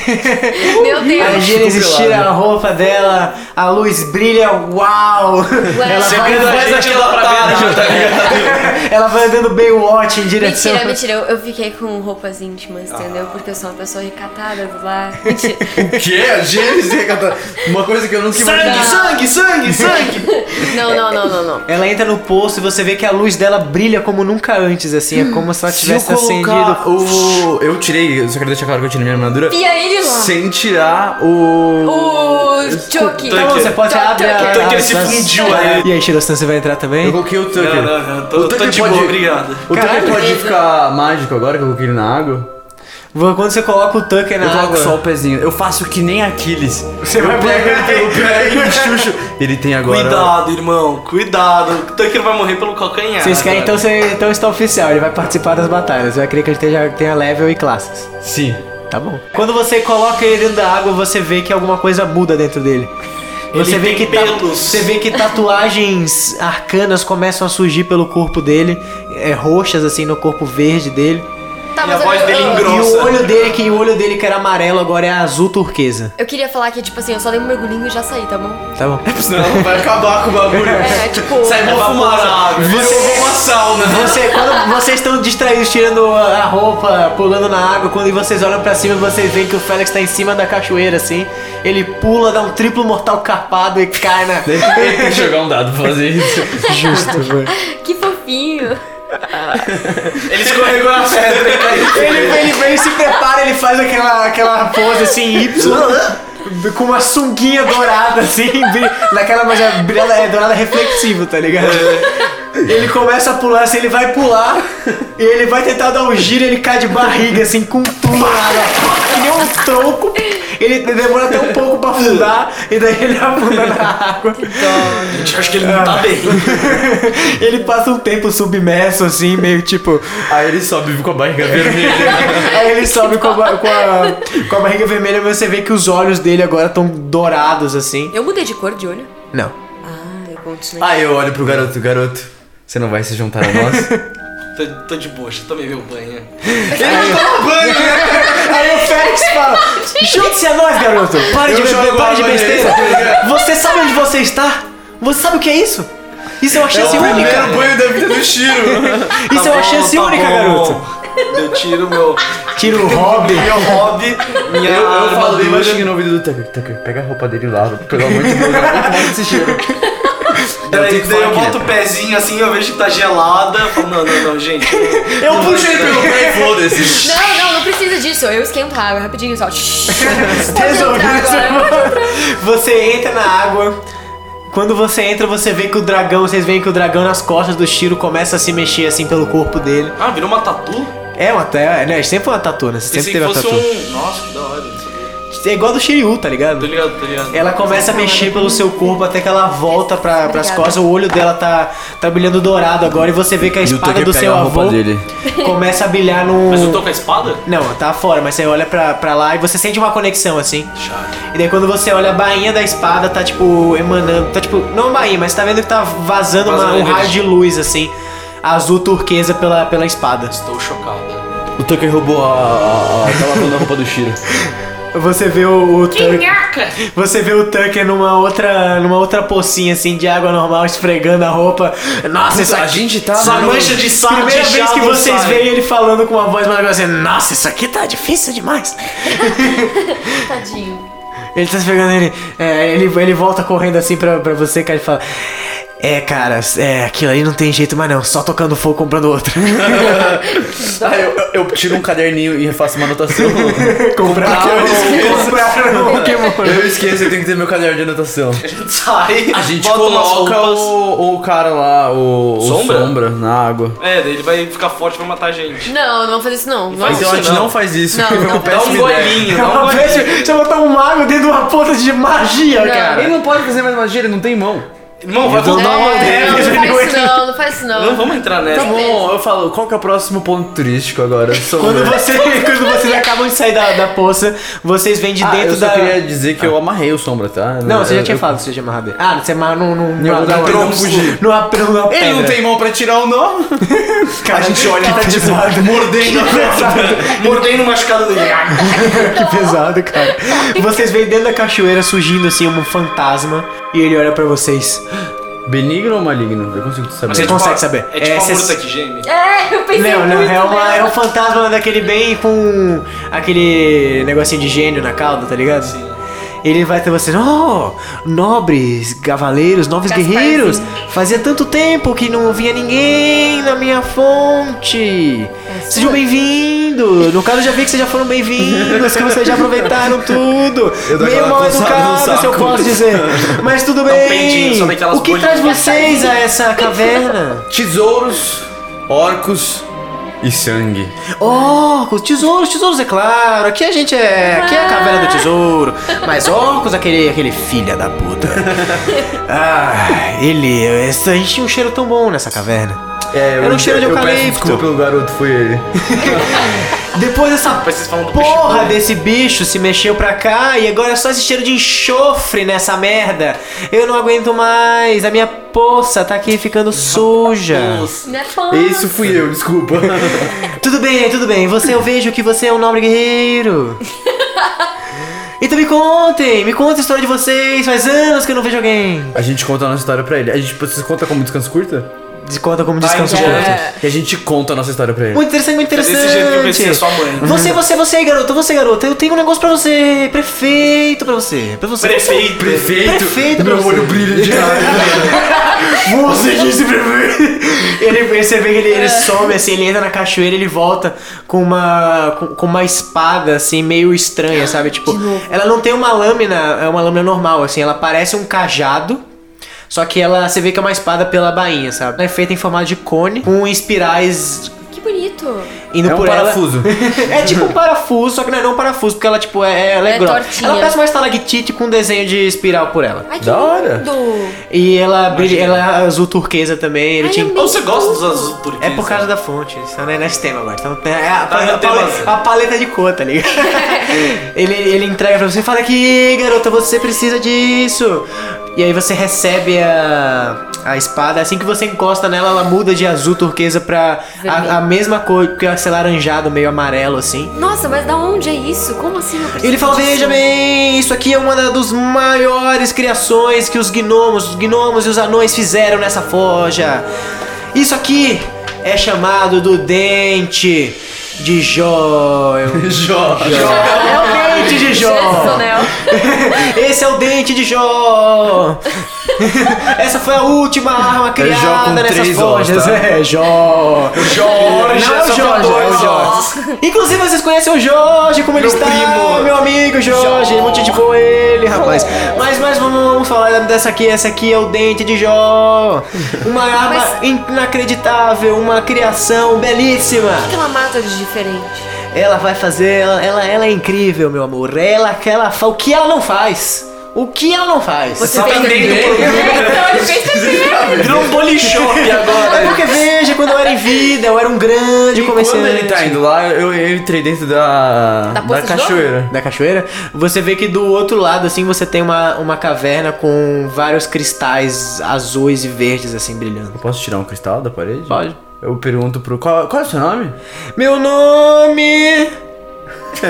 Meu A Deus. Gênesis pelado. tira a roupa dela, a luz brilha, uau! [LAUGHS] Ela Você vai, Segredo da vai- né? gente não dá pra ver, não, tá ligado? ela vai andando Baywatch em direção. Mentira, mentira, eu, eu fiquei com roupas íntimas, entendeu? Ah. Porque eu sou uma pessoa recatada do lar. Mentira. O quê? A Gênesis recatando. Uma coisa que eu nunca Sangue, sangue, sangue, sangue! Não, não, não, não, não. Ela entra no poço e você vê que a luz dela brilha como nunca antes, assim. É como se ela Se eu tivesse colocar acendido. o... Eu tirei, eu só quero deixar claro que eu tirei minha armadura. Pia ele lá. Sem tirar o... O Tá, Chucky. Então você pode abrir a. Então que ele as- se as- fundiu aí. E aí, Shirostan, você vai entrar Eu também? coloquei o Tucker. Não, não, não. Tô, o tô Tucker de pode... boa, obrigado. O Tucker Caralho. é- pode ficar mágico agora que eu coloquei ele na água? Vou- Quando você coloca o Tucker na eu coloco água. só o pezinho. Eu faço que nem Aquiles. Você vai pegar ele. Eu pego ele, Xuxo. Ele tem agora... Cuidado, irmão. Cuidado. O Tucker vai morrer pelo calcanhar. Vocês Ah, querem, tá. então, agora. você, então está oficial, ele vai participar das batalhas. Vai querer que ele tenha, tenha level e classes. [LAUGHS] Sim. Tá bom. Quando você coloca ele dentro da água, você vê que alguma coisa muda dentro dele. Ele Você vê, tem que ta- pelos. você vê que tatuagens arcanas começam a surgir pelo corpo dele, é, roxas assim no corpo verde dele. Tá, E a mas eu- voz eu- dele eu- engrossa. E Nossa. o olho dele, que o olho dele que era amarelo agora é azul turquesa. Eu queria falar que, tipo assim, eu só dei um mergulhinho e já saí, tá bom? [LAUGHS] Tá bom. Não, vai acabar com o [LAUGHS] bagulho. É, tipo. Sai mó fumaça. Virou uma sauna. Você, quando vocês estão distraídos tirando a roupa, pulando na água, quando vocês olham pra cima, vocês veem que o Félix tá em cima da cachoeira, assim. Ele pula, dá um triplo mortal carpado e cai na. Ele tem que jogar um dado pra fazer isso. Justo, velho. Que fofinho. Ele escorregou na pedra e caiu. Ele, ele, ele se prepara, ele faz aquela, aquela pose assim, Y, com uma sunguinha dourada, assim, bri- naquela mas é brilhada, é dourada reflexiva, tá ligado? Ele começa a pular, assim, ele vai pular, e ele vai tentar dar um giro, ele cai de barriga, assim, com tudo na água, que nem um tronco. Ele demora até um pouco pra afundar, e daí ele afunda na água. Gente, acho que ele não tá É. bem. Ele passa um tempo submerso, assim, meio tipo, Aí ele sobe com a barriga vermelha. Aí [LAUGHS] ele sobe com a, ba- com, a, com a barriga vermelha, mas você vê que os olhos dele agora estão dourados, assim. Eu mudei de cor de olho. Não. Ah, eu continuei. Aí eu olho pro garoto, garoto. Você não vai se juntar [LAUGHS] a nós? Tô, tô de boa, deixa eu também ver o banho. um né? Aí o Félix fala: Junte-se a nós, garoto! Pare de, Eu jogo pare a de bandeira, besteira! tá ligado? Você sabe onde você está? Você sabe o que é isso? Isso é uma chance única! banho da vida do Shiro. Tá Isso é uma chance única, garoto! Eu tiro meu. Tira o hobby. Meu hobby, minha Eu, eu falo bem armadura. baixinho no ouvido do Tucker. Tucker, pega a roupa dele e lava. Pelo amor de Deus, é eu não tomo esse cheiro. Daí tenho daí que eu, falar aqui, boto o pezinho assim, eu vejo que tá gelada. Eu falo, não, não, não, gente. Eu puxei pelo pé e foda-se. Não, não, não precisa disso. Eu esquento a água [LAUGHS] rapidinho só. Pode Resolvido. [LAUGHS] entrar agora. Você entra na água. Quando você entra, você vê que o dragão, vocês veem que o dragão nas costas do Shiro começa a se mexer assim pelo corpo dele. [LAUGHS] Ah, virou uma tatu? É uma é, né? Sempre uma tatu, né? Você Pensei Sempre que teve uma fosse tatu. um. Nossa, que da hora. não sabia. É igual a do Shiryu, tá Tô ligado? ligado, tô ligado. Ela começa a mexer pelo seu corpo até que ela volta pra, pras Obrigada. costas. O olho dela tá, tá brilhando dourado agora e você vê que a espada do seu avô começa a brilhar num. Mas eu tô com a espada? Não, tá fora, mas você olha pra, pra lá e você sente uma conexão assim. Chave. E daí quando você olha a bainha da espada, tá tipo emanando. Tá tipo, não a bainha, mas tá vendo que tá vazando uma- Vazando um energia. raio de luz assim. Azul turquesa pela, pela espada. Estou chocado. O Tucker roubou a. a, a tá lavando a roupa do Shiro. Você vê o, o Tucker. Você vê o Tucker numa outra. numa outra pocinha assim de água normal, esfregando a roupa. Nossa, essa, a gente tá Essa no- mancha de sal. Primeira vez que vocês veem ele falando com uma voz maravilhosa assim, nossa, isso aqui tá difícil demais. Tadinho. Ele tá se pegando ele, é, ele. Ele volta correndo assim pra, pra você, cara, e fala. É, cara, é, aquilo aí não tem jeito mais não, só tocando fogo comprando [LAUGHS] outro. Ah, eu, eu- eu tiro um caderninho e faço uma anotação. compraram, eu esqueço. compraram o Pokémon. [LAUGHS] eu esqueço, eu tenho que ter meu caderno de anotação. A gente [LAUGHS] sai, A gente bota umas coloca roupas. o, o cara lá, o, o Sombra? sombra, na água. É, daí ele vai ficar forte e vai matar a gente. Não, não vou fazer isso não. Faz Vamos. Então a gente não. não faz isso. [LAUGHS] Não, é uma não. Dá um péssima ideia. golinho, dá um golinho. Você botar um mago dentro de uma ponta de magia, Não. cara. Ele não pode fazer mais magia, ele não tem mão. [LAUGHS] Irmão, vai vou É, voltar dar uma uma ideia. ideia, não, [LAUGHS] não Rodrigo. faz isso não, não faz isso Não não. vamos entrar Tá nessa. bom, eu falo, qual que é o próximo ponto turístico agora? [LAUGHS] Sombra. Quando, você, [LAUGHS] quando vocês acabam de sair da, da poça, vocês vêm de Ah, dentro eu só da. queria dizer que eu amarrei o sombra, tá? Não, você já Eu- tinha eu- falado que você tinha amarrado ele. Ah, você amarra num. num Em numa- algum lugar pra numa- não fugir. Numa, numa, numa Ele não pedra. tem mão pra tirar o nó? Cara, a gente [LAUGHS] olha e tá que tipo, pesado. mordendo [LAUGHS] a Mordei no machucado dele. Que pesado, cara. Vocês veem dentro da cachoeira surgindo assim um fantasma e ele olha pra vocês. Benigno ou maligno? Eu consigo saber. Mas Você é tipo consegue a- saber. É tipo É, uma cês- bruta que geme. É, eu pensei Não, não, muito é, uma, nela. é um fantasma daquele bem com aquele negocinho de gênio na cauda, tá ligado? Sim. Ele vai ter vocês, oh, nobres cavaleiros, nobres Gasparzinho. guerreiros, fazia tanto tempo que não vinha ninguém na minha fonte. É Sejam bem-vindos. No caso, eu já vi que vocês já foram bem-vindos, que vocês já [LAUGHS] aproveitaram tudo. Eu dou Meio aquela mal coçada no educado, se eu saco. posso dizer. Mas tudo bem. pendinho, um só daquelas o que bolinhas. traz vocês a essa caverna? Tesouros, orcos e sangue. Orcos, tesouros, tesouros é claro. Aqui a gente é. Aqui é a caverna do tesouro. Mas orcos, aquele, aquele filha da puta. Ah, ele. esse- A gente tinha um cheiro tão bom nessa caverna. É, Era um cheiro de eu peço eucalipto. desculpa pelo garoto, foi ele. Depois dessa Mas vocês falam do peixe porra doido. desse bicho se mexeu pra cá e agora é só esse cheiro de enxofre nessa merda. Eu não aguento mais. A minha poça tá aqui ficando suja. Não é fã. Isso fui eu, desculpa. Tudo bem, tudo bem. Você, eu vejo que você é um nobre [LAUGHS] guerreiro. Então me contem, me contem a história de vocês. Faz anos que eu não vejo alguém. [LAUGHS] A gente conta a nossa história pra ele. A gente vocês conta como descanso curta? Conta como descanso Ai, curto. é. E a gente conta a nossa história pra ele. Muito interessante, muito desse interessante. jeito que eu pensei, sua mãe. Você, você, você aí, garoto, você, garota. Eu tenho um negócio pra você. Prefeito pra você. Pra você. Prefeito. Prefeito pra meu você. olho brilha de [LAUGHS] Você disse prefeito. Ele, você vê que ele, É. ele some assim, ele entra na cachoeira, ele volta com uma com, com uma espada assim meio estranha, sabe? Tipo, ela não tem uma lâmina, é uma lâmina normal assim, ela parece um cajado. Só que ela, você vê que é uma espada pela bainha, sabe? Ela é feita em formato de cone, com espirais Que bonito. indo É um por ela. parafuso. [LAUGHS] é tipo um parafuso, só que não é não um parafuso, porque ela, tipo, é, ela é, É grossa. tortinha. Ela parece uma estalactite com um desenho de espiral por ela. Ai, que Da hora. lindo. E ela brilha, ela é azul turquesa também. Ele Ai, é tinha... eu Ou você gosta dos azul turquesa? É por causa da fonte, isso não é nesse tema agora. Então tem é a, Tá, a- já a- tem a- bastante. a paleta de cor, tá ligado? ele, ele entrega pra você e fala aqui, garota, você precisa disso. E aí você recebe a, a espada, assim que você encosta nela, ela muda de azul turquesa pra a, a mesma cor que esse laranjado, meio amarelo, assim. Nossa, mas da onde é isso? Como assim? eu preciso Ele fala, disso? veja bem, isso aqui é uma da- dos maiores criações que os gnomos, os gnomos e os anões fizeram nessa forja. Isso aqui é chamado do dente. de Joel. [LAUGHS] Jó. É o dente de Jó. Jesus, né? [LAUGHS] Esse é o dente de Jó. [LAUGHS] Essa foi a última arma É Jó criada com nessas três forjas. Os, tá? [LAUGHS] É, Jó. Jorge, Não é o só pra Jorge, é o dois, ó. Jorge. Inclusive, vocês conhecem o Jorge, como ele Meu está, primo. meu amigo Jorge, muito de boa ele, rapaz. Mas, mas vamos, vamos falar dessa aqui, essa aqui é o Dente de Jó. Uma arma Mas- inacreditável, uma criação belíssima. O que ela mata de [LAUGHS] diferente? Ela vai fazer, ela, ela, ela é incrível, meu amor. Ela, que ela, fa- o que ela não faz? O que ela não faz? Você Tá fez vendendo também. Então ele fez [LAUGHS] também. Virou um polishop agora. É porque veja, quando eu era em vida, eu era um grande E comerciante. quando ele tá indo lá, eu, eu entrei dentro da. Da poça de cachoeira. da cachoeira, você vê que do outro lado, assim, você tem uma, uma caverna com vários cristais azuis e verdes, assim, brilhando. Eu posso tirar um cristal da parede? Pode. Eu pergunto pro. Qual, qual é o seu nome? Meu nome...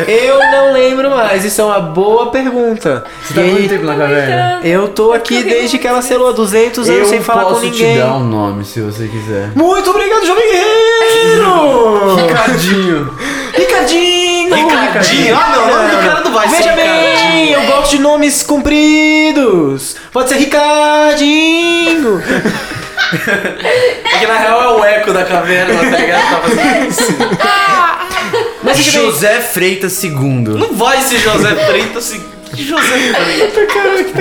Eu não lembro mais, isso é uma boa pergunta. Você tá E há aí, muito tempo na caverna? eu tô aqui desde que ela selou 200 anos sem falar com posso ninguém. te dar um nome se você quiser. Muito obrigado, Jovem [LAUGHS] Guerreiro! Ricardinho. Ricardinho! Ricardinho. Ah, não, não, não, Ricardo vai ser Veja bem, eu gosto de nomes compridos. Pode ser Ricardinho. É que na real é o eco da caverna, tá ligado? Tá assim. [LAUGHS] fazendo isso. Mas tipo, veja [LAUGHS] bem, José Freitas II. Não vai ser José Freitas. se- Que José Freitas?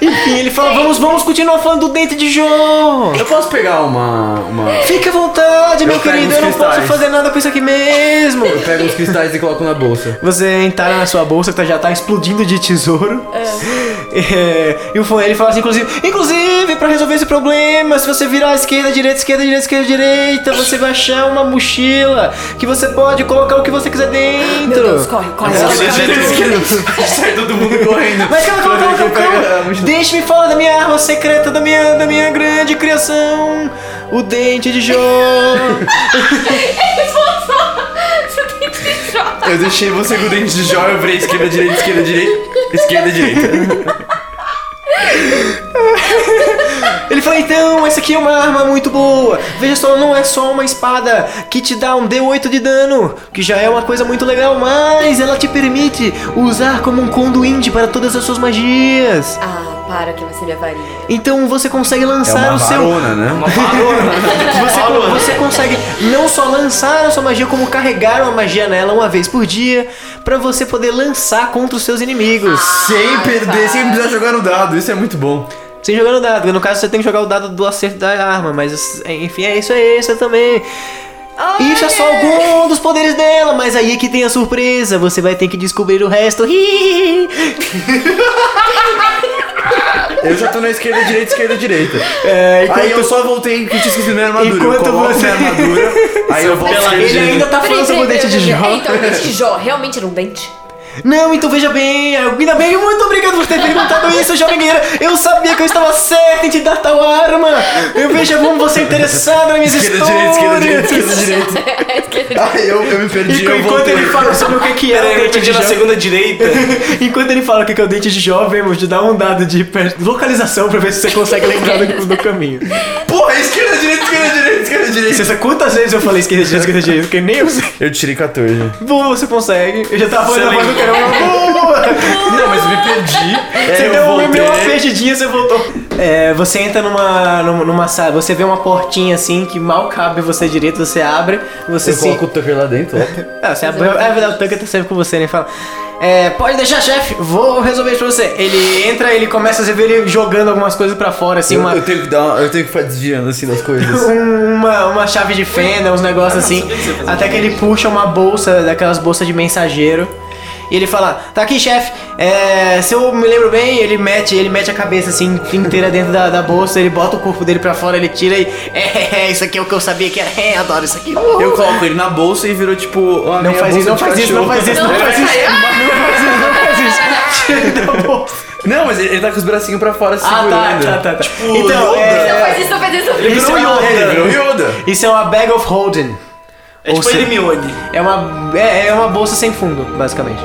enfim, ele fala, vamos, vamos continuar falando do dente de João. Eu posso pegar uma. uma... Fique à vontade, meu Eu pego querido, os eu não posso cristais. fazer nada com isso aqui mesmo. Eu pego uns cristais e coloco na bolsa. Você entalha na sua bolsa que tá- já tá explodindo de tesouro. [LAUGHS] É, e o fone ele fala assim, inclusive, inclusive para resolver esse problema, se você virar à esquerda, direita, esquerda, direita, esquerda, direita, você vai achar uma mochila que você pode colocar o que você quiser dentro. Meu Deus, corre, corre. José [LAUGHS] Freitas. Sai todo mundo correndo. Mas calma, calma, calma, Eu calma, pego calma. a mochila. Deixe-me falar da minha arma secreta, da minha, da minha grande criação. O dente de Jó. Ele voltou. Você tem que se jogar. Eu deixei você com o dente de Jó, eu virei esquerda, direita, esquerda, direita. Esquerda, direita. Ele fala, então, essa aqui é uma arma muito boa. Veja só, não é só uma espada que te dá um D8 de dano, que já é uma coisa muito legal, mas ela te permite usar como um conduíte para todas as suas magias. Ah, para que vai ser minha varinha. Então você consegue É lançar uma É o seu... varona, né? Uma barona. Você, né? você consegue não só lançar a sua magia, como carregar uma magia nela uma vez por dia, pra você poder lançar contra os seus inimigos. Sem perder, sem precisar jogar no dado. Isso é muito bom. Sem jogar no dado. No caso, você tem que jogar o dado do acerto da arma, mas enfim, é isso é isso também. Isso é só algum dos poderes dela, mas aí é que tem a surpresa. Você vai ter que descobrir o resto. [LAUGHS] Eu já tô na esquerda, direita, esquerda, direita. É, enquanto- Aí eu só voltei que eu tinha esquecido minha armadura. Enquanto eu coloco você- minha armadura, aí eu volto Pela- esquerda, Ele direita. ainda tá falando sobre o dente de Jó. É, então, o dente de Jó realmente era um dente? Não, então veja bem, ainda bem, muito obrigado por ter perguntado isso, jovem guerreiro. Eu sabia que eu estava certo em te dar tal arma. Eu vejo como você é interessado nas minhas Esquerda, direita, histórias. esquerda, direita, esquerda, direita. Aí eu, eu me perdi, Enqu- eu Enquanto voltei. ele fala sobre o que que é Pera o aí, eu dente de pedi na jovem. segunda direita. [LAUGHS] É Enquanto ele fala o que que é o dente de jovem, vamos te dar um dado de per- localização pra ver se você consegue lembrar do, do [LAUGHS] caminho. Porra, esquerda, direita, esquerda, direita, esquerda, direita. Você sabe quantas vezes eu falei esquerda, direita, esquerda, direita, que nem eu sei. Eu tirei 14. Bom, você consegue. Eu já tava Você olhando a voz do caramba. Boa! [LAUGHS] Não, mas eu me perdi. Você aí deu É, um, eu uma voltei. deu uma perdidinha, você voltou. É, você entra numa, numa, numa sala, você vê uma portinha assim que mal cabe você direito, você abre, você Eu se. coloco o Tucker lá dentro, ó. Ah, você abre, é verdade, o Tucker tá sempre com você, né? Fala. É, pode deixar, chefe, vou resolver isso pra você. Ele entra, ele começa a você vê ele jogando algumas coisas pra fora, assim, Eu, uma, eu tenho que dar uma, eu tenho que ficar desviando assim das coisas. [LAUGHS] um- uma, uma chave de fenda, uns negócios assim. Até que ele puxa uma bolsa, daquelas bolsas de mensageiro. E ele fala, tá aqui, chefe. É, se eu me lembro bem, ele mete, ele mete a cabeça assim inteira dentro da, da bolsa, ele bota o corpo dele pra fora, ele tira e. É, isso aqui é o que eu sabia que era. É, adoro isso aqui. Uhul." Eu coloco ele na bolsa e virou tipo uma Não meia faz isso, bolsa não de faz isso, não cachorro. faz isso, não Não, faz isso. vai Não faz isso, não faz isso. [LAUGHS] [LAUGHS] Tira da bolsa. Não, mas ele, ele tá com os bracinhos pra fora Ah, segurando. Tipo, tá, tá, tá. tá. Yoda. Não faz isso, não faz isso. Isso é uma- Ele virou Yoda. Isso é uma bag of holding. É Ou tipo se- a Hermione. É uma, é, é uma bolsa sem fundo, basicamente.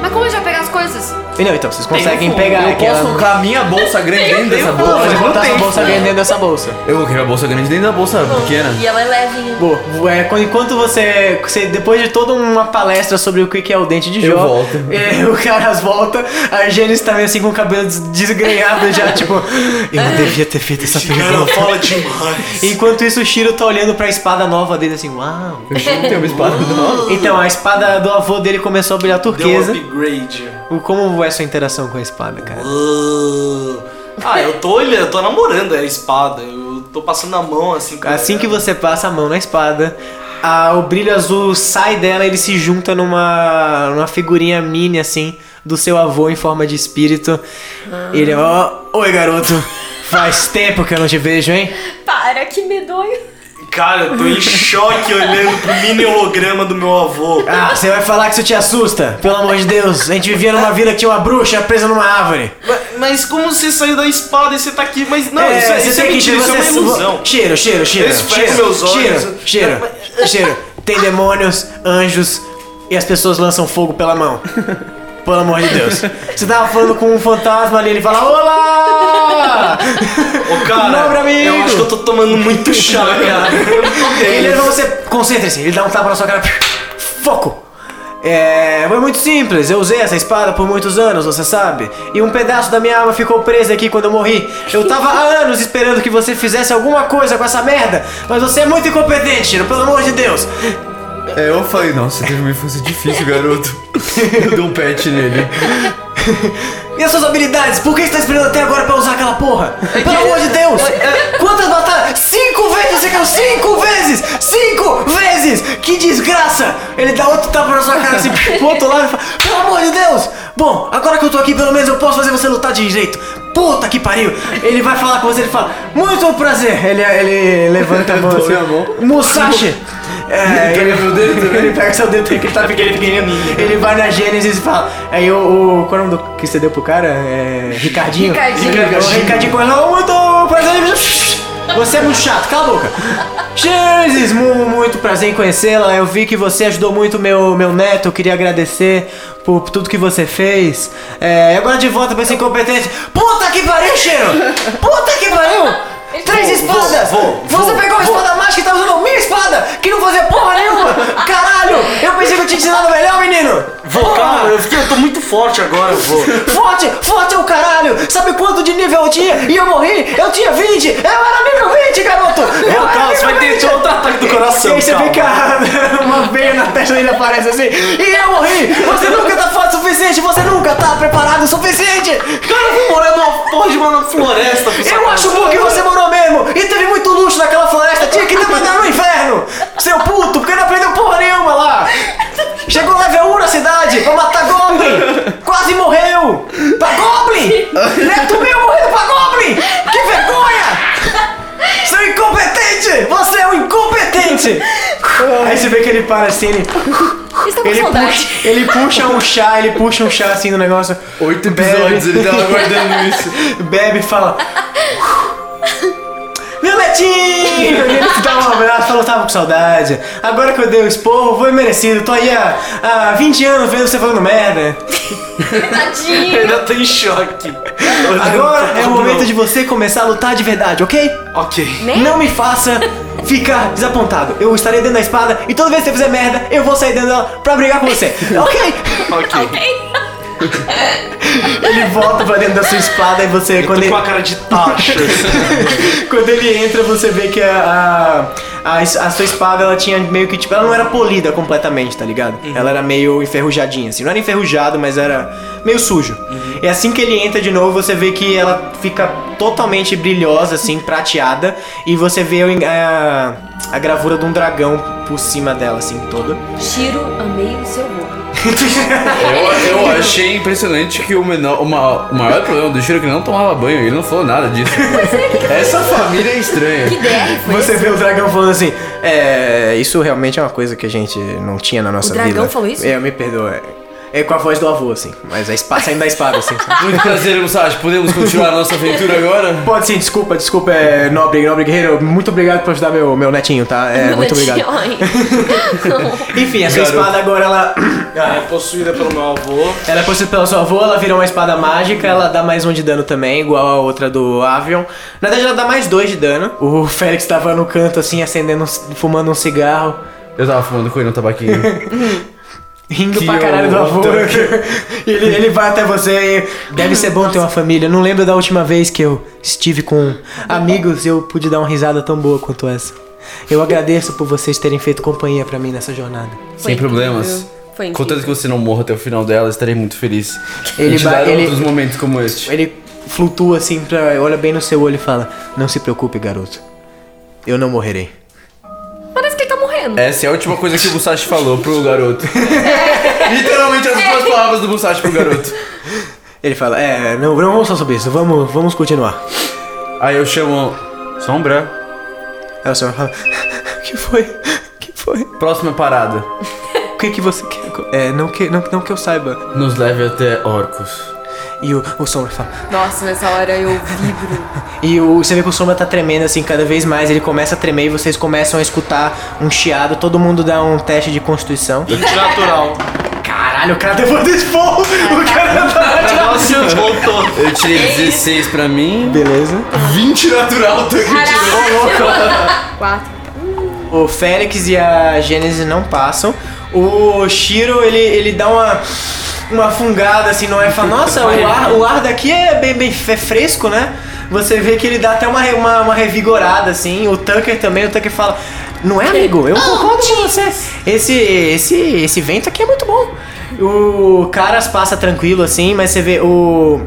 Mas como a gente vai pegar as coisas? E não, então, vocês Tem conseguem fundo. pegar Eu aquela. posso colocar a minha bolsa grande um dentro dessa Pô, bolsa? mas Não botar tem. essa bolsa grande dentro dessa bolsa. Eu vou querer a bolsa grande dentro da bolsa pequena. E ela é levinha. Boa. É, quando- enquanto você, você- Depois de toda uma palestra sobre o que que é o dente de Jó. Eu volto. é, [LAUGHS] o cara volta, a Gênesis tá meio assim com o cabelo des- desgrenhado [LAUGHS] já, tipo. Eu não devia ter feito essa Esse cara pergunta. fala demais. Enquanto isso, o Shiro tá olhando pra espada nova dele assim, uau. Eu acho que não tem uma espada [LAUGHS] não. Então, a espada do avô dele começou a brilhar Deu um turquesa. upgrade. O- Como é a sua interação com a espada, cara? Ah, Ah, eu tô olhando, eu tô namorando é a espada. Eu tô passando a mão assim. com- Assim que você passa a mão na espada, a- o brilho azul sai dela e ele se junta numa, numa figurinha mini, assim, do seu avô em forma de espírito. Ele, ó, oi garoto, faz tempo que eu não te vejo, hein? Para, que medonho. Cara, eu tô em choque olhando pro mini holograma do meu avô. Ah, você vai falar que isso te assusta? Pelo amor de Deus, a gente vivia numa vila que tinha uma bruxa presa numa árvore. Mas, mas como você saiu da espada e você tá aqui? Mas não, isso, é- você isso é tem que mentira, isso é uma ilusão. Cheiro, cheiro, cheiro. Eu esfrego cheiro, meus olhos. Cheiro, cheiro, cheiro. Tem demônios, anjos e as pessoas lançam fogo pela mão. Pelo amor de Deus. Você tava falando com um fantasma ali, ele fala: Olá! Ô, Nobre cara, amigo. eu acho que eu tô [LAUGHS] tomando muito chá, cara. Eu não tô bem. Ele é leva você. Concentre-se, ele dá um tapa na sua cara. Foco! É. Foi muito simples, eu usei essa espada por muitos anos, você sabe? E um pedaço da minha alma ficou preso aqui quando eu morri. Eu tava há anos esperando que você fizesse alguma coisa com essa merda, mas você é muito incompetente, Shiro, pelo amor de Deus! É, eu falei, nossa, teve uma infância difícil, garoto. [LAUGHS] Eu dei um pet nele. E as suas habilidades? Por que você tá esperando até agora pra usar aquela porra? Pelo amor de Deus! Quantas batalhas? Cinco vezes você caiu! Cinco vezes! Cinco vezes! Que desgraça! Ele dá outro tapa na sua cara, assim, [LAUGHS] pro outro lado e fala: Pelo amor de Deus! Bom, agora que eu tô aqui, pelo menos eu posso fazer você lutar de jeito. Puta que pariu! Ele vai falar com você, ele fala: Muito prazer! Ele, ele levanta a mão assim. Doeu a mão. Musashi! É, ele, pega meu dedo, ele pega seu dedo que ele tá pequeno, pequenininho. Ele vai na Gênesis e fala. Aí o. o qual é o nome do, que você deu pro cara? É. Ricardinho? Ricardinho. O Ricardinho começa. "Oh, Muito prazer. em-" [LAUGHS] Você é muito chato, cala a boca. Gênesis, mu- muito prazer em conhecê-la. Eu vi que você ajudou muito meu, meu neto. Eu queria agradecer por tudo que você fez. É, agora de volta pra esse incompetente. Puta que pariu, Cheiro! Puta que pariu! Três espadas! Você pegou a espada mágica e tá usando a minha espada! Que não fazia porra nenhuma! Caralho! Eu pensei que eu tinha te ensinado melhor, menino! Vô, cara, eu, fiquei, eu tô muito forte agora, vô. [LAUGHS] Forte! Forte é o caralho! Sabe quanto de nível eu tinha? E eu morri! Eu tinha 20! Eu era nível 20, garoto! Eu Vô, era calma, você vai nível ter 20. outro um ataque do coração, E aí você calma. vê que é- a- [LAUGHS] uma veia na testa dele aparece assim. E eu morri! Você nunca tá forte o suficiente! Você nunca tá preparado o suficiente! Cara, eu vou morar numa porra de uma floresta. por essa Eu acho casa. bom que você morou mesmo! E teve muito luxo naquela floresta! Tinha que ter mandado no inferno! Seu puto, porque não aprendeu porra nenhuma lá! Chegou level 1 na cidade pra matar Goblin! Quase morreu! Pra Goblin! Neto meu morreu pra Goblin! Que vergonha! Seu incompetente! Você é um incompetente! Aí você vê que ele para assim, ele, Está com ele, saudade. puxa, ele puxa um chá, ele puxa um chá assim no negócio, Oito episódios, ele tava guardando isso. bebe e fala. Meu netinho! Ele te dá um abraço, falou, tava com saudade. Agora que eu dei o esporro, foi merecido. Tô aí há, há 20 anos vendo você falando merda. Eu Tadinho. ainda tô em choque. Agora é o momento de você começar a lutar de verdade, ok? Ok. Nem Não me faça ficar desapontado. Eu estarei dentro da espada e toda vez que você fizer merda, eu vou sair dentro dela pra brigar com você, ok? Ok. Ele volta pra dentro da sua espada e você, Eu quando tô ele. com a cara de tacho. [LAUGHS] Quando ele entra, você vê que a, a, a, es- a sua espada, ela tinha meio que, tipo, ela não era polida completamente, tá ligado? Ela era meio enferrujadinha, assim. Não era enferrujado, mas era meio sujo. E assim que ele entra de novo, você vê que ela fica totalmente brilhosa, assim, prateada. E você vê o- a, a gravura de um dragão por cima dela, assim, toda. Tiro, amei o seu roubo. Eu, eu achei impressionante que o, menor, o, ma- o maior problema do Shiro é que ele não tomava banho, ele não falou nada [LAUGHS] disso. Essa família é Que estranha. DR foi Você esse? vê o dragão falando assim, é. Isso realmente é uma coisa que a gente não tinha na nossa dragão vila." falou isso? É, me perdoa. É com a voz do avô, assim. Mas a espada saindo da espada, [LAUGHS] assim. Muito prazer, Musashi. Podemos continuar a nossa aventura agora? Pode sim, desculpa, desculpa, é, nobre, nobre guerreiro. Muito obrigado por ajudar meu, meu netinho, tá? É, muito obrigado. Enfim, essa Garoto. espada agora ela, [LAUGHS] É possuída pelo meu avô. ela é possuída pela sua avó, ela vira uma espada mágica, ela dá mais um de dano também, igual a outra do Avion. Na verdade, ela dá mais dois de dano. O Félix tava no canto, assim, acendendo, um- fumando um cigarro, Eu tava fumando com ele um [LAUGHS] tabaquinho. rindo Que pra caralho do avô. horror. tá E [LAUGHS] ele, ele vai até você e deve ser bom ter uma família. Não lembro da última vez que eu estive com amigos e eu pude dar uma risada tão boa quanto essa. Eu agradeço por vocês terem feito companhia pra mim nessa jornada. Sem problemas. Foi incrível. Contanto que você não morra até o final dela, estarei muito feliz. Ele Ele te vai- dar ele- outros momentos como este. Ele flutua assim, pra, olha bem no seu olho e fala: Não se preocupe, garoto. Eu não morrerei. Parece que ele tá morrendo. Essa é a última coisa que o Musashi falou pro garoto. Literalmente as últimas palavras do Musashi pro garoto. Ele fala: É, não, não vamos falar sobre isso, vamos, vamos continuar. Aí eu chamo. Sombra. Aí o senhor fala: Que foi? Que foi? Próxima parada. O que, que você quer? agora?" É, não que, não, não que eu saiba. Nos leve até Orcus. E o, o Sombra fala: Nossa, nessa hora eu vibro. E o, você vê que o Sombra tá tremendo assim cada vez mais, ele começa a tremer e vocês começam a escutar um chiado, todo mundo dá um teste de constituição. Natural. Caralho, o cara levou desforro! [LAUGHS] O cara É tá. Nossa, voltou. Eu tirei 16 pra mim. Beleza. 20 natural, Tuck. Tá. Quatro. O Félix e a Gênesis não passam. O Shiro, ele, ele dá uma. Uma fungada assim, não é? Fala, nossa, o ar, o ar daqui é bem, bem é fresco, né? Você vê que ele dá até uma, re- uma, uma revigorada, assim. O Tucker também, o Tucker fala. Não é, amigo? Eu concordo com você. Esse, esse, esse vento aqui é muito bom. O Caras passa tranquilo, assim, mas você vê o.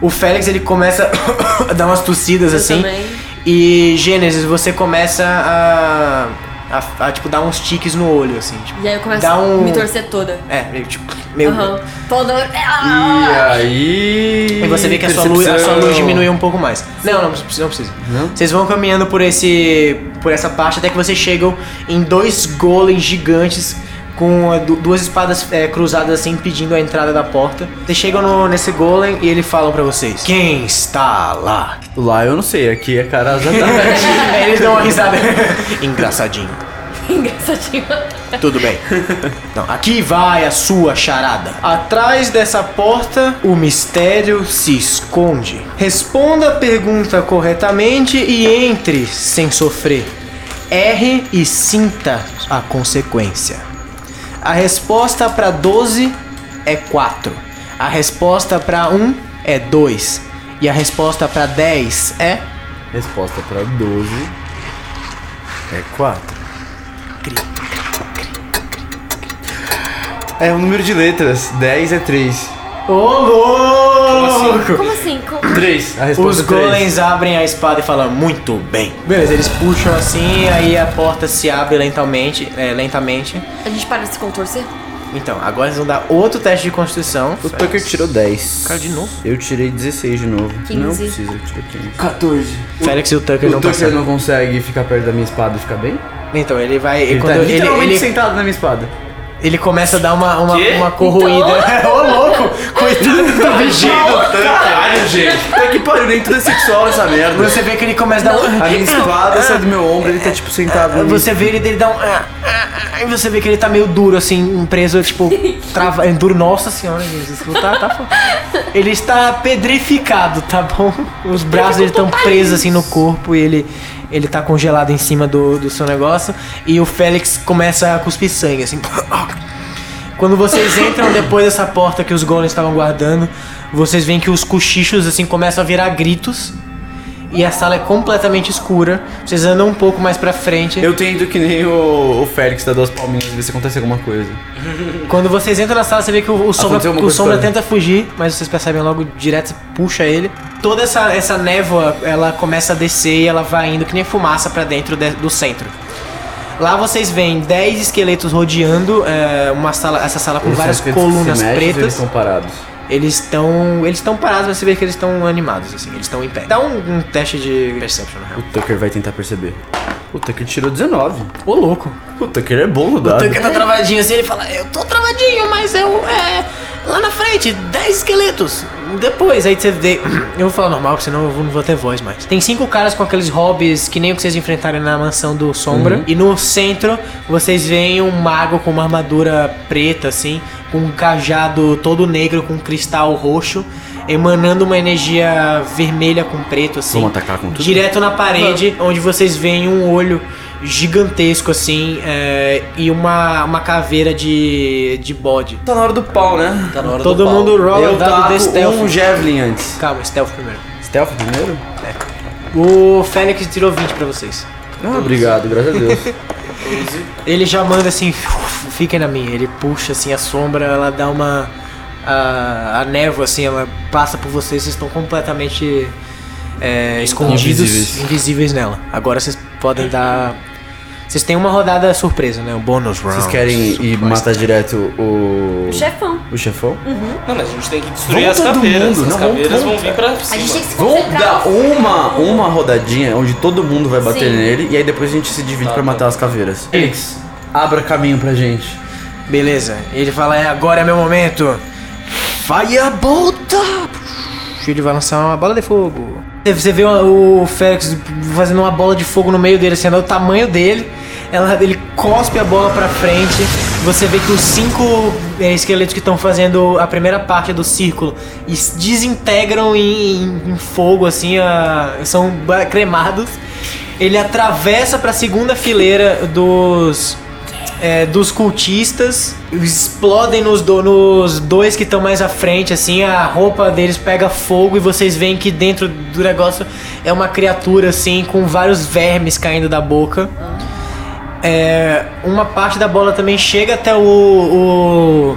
O Félix, ele começa [COUGHS] a dar umas tossidas, Eu assim. também. E Gênesis, você começa a, a, a, tipo, dar uns tiques no olho, assim. Tipo, E aí eu começo dá um... a me torcer toda. É, meio tipo, meio... Aham. Toda. Ah, E aí. E você vê que a sua, luz, a sua luz Percepção. diminui um pouco mais. Não, não precisa, não precisa. Não? Vocês vão caminhando por esse por essa parte até que vocês chegam em dois golems gigantes com a du- duas espadas é, cruzadas assim impedindo a entrada da porta. Vocês chegam no- nesse golem e eles falam pra vocês: "Quem está lá?" [LAUGHS] Lá eu não sei, aqui é cara exatamente. Aí eles dão uma risada. [LAUGHS] Engraçadinho. Engraçadinho. Tudo bem. Não, aqui vai a sua charada. Atrás dessa porta, o mistério se esconde. Responda a pergunta corretamente e entre sem sofrer. Erre e sinta a consequência. A resposta para 12 é 4. A resposta para 1 é 2. E a resposta para 10 é Resposta pra 12 é 4. É o número de letras. 10 é 3. Ô louco! Como assim? Como... 3. A resposta Os é 3. golems abrem a espada e falam muito bem. Beleza, eles puxam assim, aí a porta se abre lentamente, é, lentamente. A gente para de se contorcer? Então, agora eles vão dar outro teste de constituição. O Tucker tirou 10. Cara, de novo? Eu tirei 16 de novo. 15. Não precisa, eu tirei 15. Félix e o Tucker O não tá Tucker passaram. não consegue ficar perto da minha espada e ficar bem? Então, ele vai. Ele quando tá ele, literalmente ele, sentado na minha espada. ele começa a dar uma, uma, Quê? uma corroída. [LAUGHS] Ô louco! Coitado do bichinho! Caralho, gente. Puta que pariu, nem tudo é sexual essa merda. Você vê que ele começa a dar um. A minha espada sai do meu ombro, ele tá tipo sentado Ah, É, no Você vê ele, ele dá um. ah, ah, ah, E você vê que ele tá meio duro, assim, preso, tipo, trava. é Duro, nossa senhora, Jesus. isso Tá, tá foda. Ele está pedrificado, tá bom? Os braços dele estão presos, assim, no corpo e ele. Ele tá congelado em cima do, do seu negócio. E o Félix começa a cuspir sangue, assim. [LAUGHS] Quando vocês entram depois dessa porta que os golems estavam guardando, vocês veem que os cochichos assim começam a virar gritos. E a sala é completamente escura. Vocês andam um pouco mais pra frente. Eu tento que nem o, o Félix dar duas palminhas e ver se acontece alguma coisa. Quando vocês entram na sala, você vê que o, o Sombra, alguma o coisa sombra pra ele. tenta fugir, mas vocês percebem logo direto, você puxa ele. Toda essa, essa névoa, ela começa a descer e ela vai indo que nem fumaça pra dentro de- do centro. Lá vocês veem 10 esqueletos rodeando é, uma sala, essa sala com Eles várias são esqueletos que colunas se mexem, Eles pretas. estão parados. Eles estão eles estão parados, mas você vê que eles estão animados, assim, eles estão em pé. Dá um, um teste de Perception, na real. O Tucker vai tentar perceber. O Tucker tirou 19. Ô, louco. O Tucker é bom no O dado. Tucker tá travadinho assim, ele fala, eu tô travadinho, mas eu, é, Lá na frente, 10 esqueletos. Depois, aí você vê. [CLEARS THROAT] Eu vou falar normal, porque senão eu não vou ter voz mais. Tem cinco caras com aqueles hobbies que nem o que vocês enfrentaram na mansão do Sombra. E no centro, vocês veem um mago com uma armadura preta, assim, com um cajado todo negro, com um cristal roxo, emanando uma energia vermelha com preto, assim. Vamos atacar com tudo? Direto na parede, onde vocês veem um olho gigantesco, assim, é, e uma, uma caveira de, de bode. Tá na hora do pau, né? Tá na hora do Todo pau. mundo rola o Eu dado de taco stealth. um Javelin antes. Calma, stealth primeiro. Stealth primeiro? O Félix tirou 20 pra vocês. Ah, obrigado, graças a Deus. Ele já manda assim, fiquem na minha. Ele puxa assim a sombra, ela dá uma. A, a névoa assim, ela passa por vocês, vocês estão completamente é, escondidos, invisíveis. Invisíveis. nela. Agora vocês podem dar. Vocês têm uma rodada surpresa, né? Um bônus round. Vocês querem ir matar direto o. O chefão. O chefão? Não, mas a gente tem que destruir Vamos as todo caveiras. mundo, as não, caveiras vamos- vão vir pra A cima. gente tem que se Vamos concentrar. dar uma, uma rodadinha onde todo mundo vai bater um Sim. nele e aí depois a gente se divide pra matar as caveiras. Félix. Abra caminho pra gente. Beleza. Ele fala, é agora é meu momento. Firebolta! Ele vai lançar uma bola de fogo. Você vê o Félix fazendo uma bola de fogo no meio dele, sendo o tamanho dele. Ela, ele cospe a bola pra frente. Você vê que os cinco eh, esqueletos que estão fazendo a primeira parte do círculo es- desintegram em, em- em fogo, assim, a- são ba- cremados. Ele atravessa pra segunda fileira dos é, dos cultistas explodem nos, do- nos dois que estão mais à frente, assim, a roupa deles pega fogo e vocês veem que dentro do negócio é uma criatura, assim, com vários vermes caindo da boca. É, uma parte da bola também chega até o.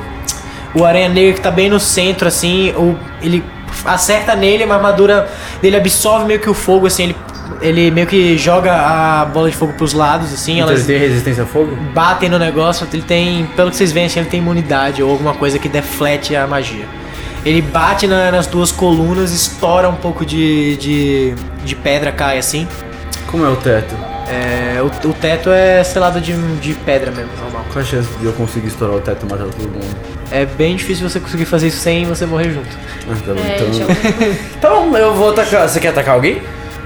o, o Aranha Negra que tá bem no centro, assim. O, ele acerta nele, mas a armadura dele absorve meio que o fogo, assim. Ele, ele meio que joga a bola de fogo pros lados, assim. Então elas- eles têm resistência a fogo? batem no negócio, ele tem, pelo que vocês veem, assim, ele tem imunidade ou alguma coisa que deflete a magia. Ele bate na- nas duas colunas, estoura um pouco de, de, de pedra, cai assim. Como é o teto? É, o, o teto é selado de, de pedra mesmo, normal. Qual a chance de eu conseguir estourar o teto e matar todo mundo? É bem difícil você conseguir fazer isso sem você morrer junto. Ah, tá bom, É, então- já- [LAUGHS] Então eu vou atacar. Você quer atacar alguém?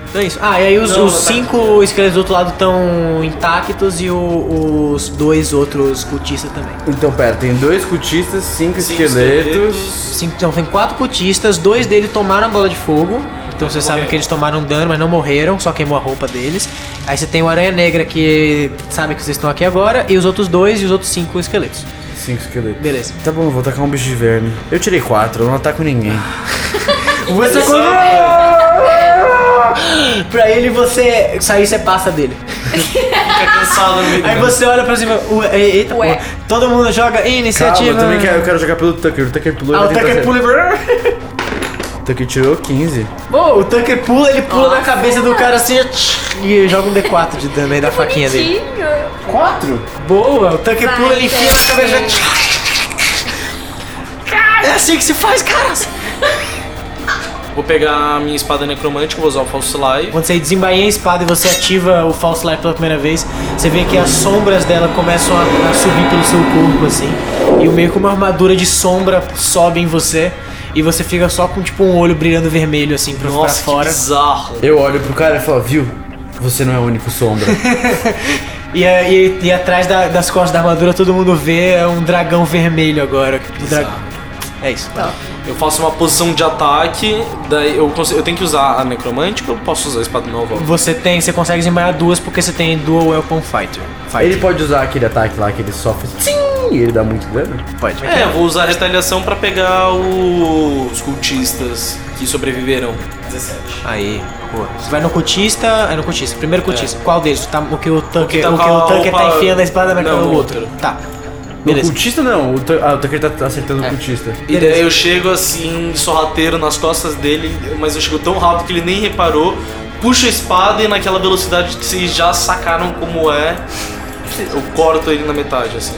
Então é isso. Ah, e aí os, Não, os não tá- cinco esqueletos do outro lado estão intactos e o- os dois outros cultistas também. Então, pera, tem dois cultistas, cinco, Cinco esqueletos. Cinco- então tem quatro cultistas, dois deles tomaram a bola de fogo. Então vocês sabem que eles tomaram dano, mas não morreram, só queimou a roupa deles. Aí você tem o Aranha Negra que sabe que vocês estão aqui agora, e os outros dois e os outros cinco esqueletos. Cinco esqueletos. Beleza. Tá bom, eu vou atacar um bicho de verme. Eu tirei quatro, eu não ataco ninguém. Você [LAUGHS] Pra ele você. Sair você passa dele. tá- Fica Tá cansado no meio do Aí Uhum. caminho. você olha pra cima. ué, eita, Ué. pô. Todo mundo joga Calma, iniciativa. eu também quero, eu quero jogar pelo Tucker. O Tucker pulou Ah, ele o vai tentar Tucker acertar. pula e. O Tucker tirou 15. Pô, o Tucker pula, ele pula na cabeça do cara assim e joga um D4 de dano aí da faquinha dele. Bonitinho. Quatro? Boa, o tanque Vai, pula, ele enfia na cabeça. Deus. É assim que se faz, caras! Vou pegar a minha espada necromântica, vou usar o falso live. Quando você desembainha a espada e você ativa o False Light pela primeira vez, você vê que as sombras dela começam a, a subir pelo seu corpo, assim. E o meio que uma armadura de sombra sobe em você. E você fica só com, tipo, um olho brilhando vermelho, assim, pra, pra Nossa, que fora. bizarro. Eu olho pro cara e falo, viu? Você não é o único [LAUGHS] sombra. E, a- e- e atrás da- das costas da armadura, todo mundo vê é um dragão vermelho agora. O dra- É isso. Top. Eu faço uma posição de ataque, daí eu, consigo, eu tenho que usar a necromântica ou posso usar a espada nova? Você tem, você consegue desembainhar duas porque você tem Dual Weapon Fighter. Aí ele pode usar aquele ataque lá que ele sofre. Sim! E ele dá muito dano. Pode. É, eu vou usar a retaliação pra pegar o- os cultistas que sobreviverão. 17. Aí, boa. Você vai no cutista, é no cutista, primeiro cutista. É. Qual deles? Tá, o que o Tucker, o que tá o com a Tucker tá roupa- enfiando a espada na Não, cara do no outro. outro. Tá. O Beleza. É. cultista não. O tu- ah, o Tucker tá acertando o cultista. E daí eu chego assim, sorrateiro nas costas dele, mas eu chego tão rápido que ele nem reparou. Puxo a espada e naquela velocidade que vocês já sacaram como é, eu corto ele na metade, assim.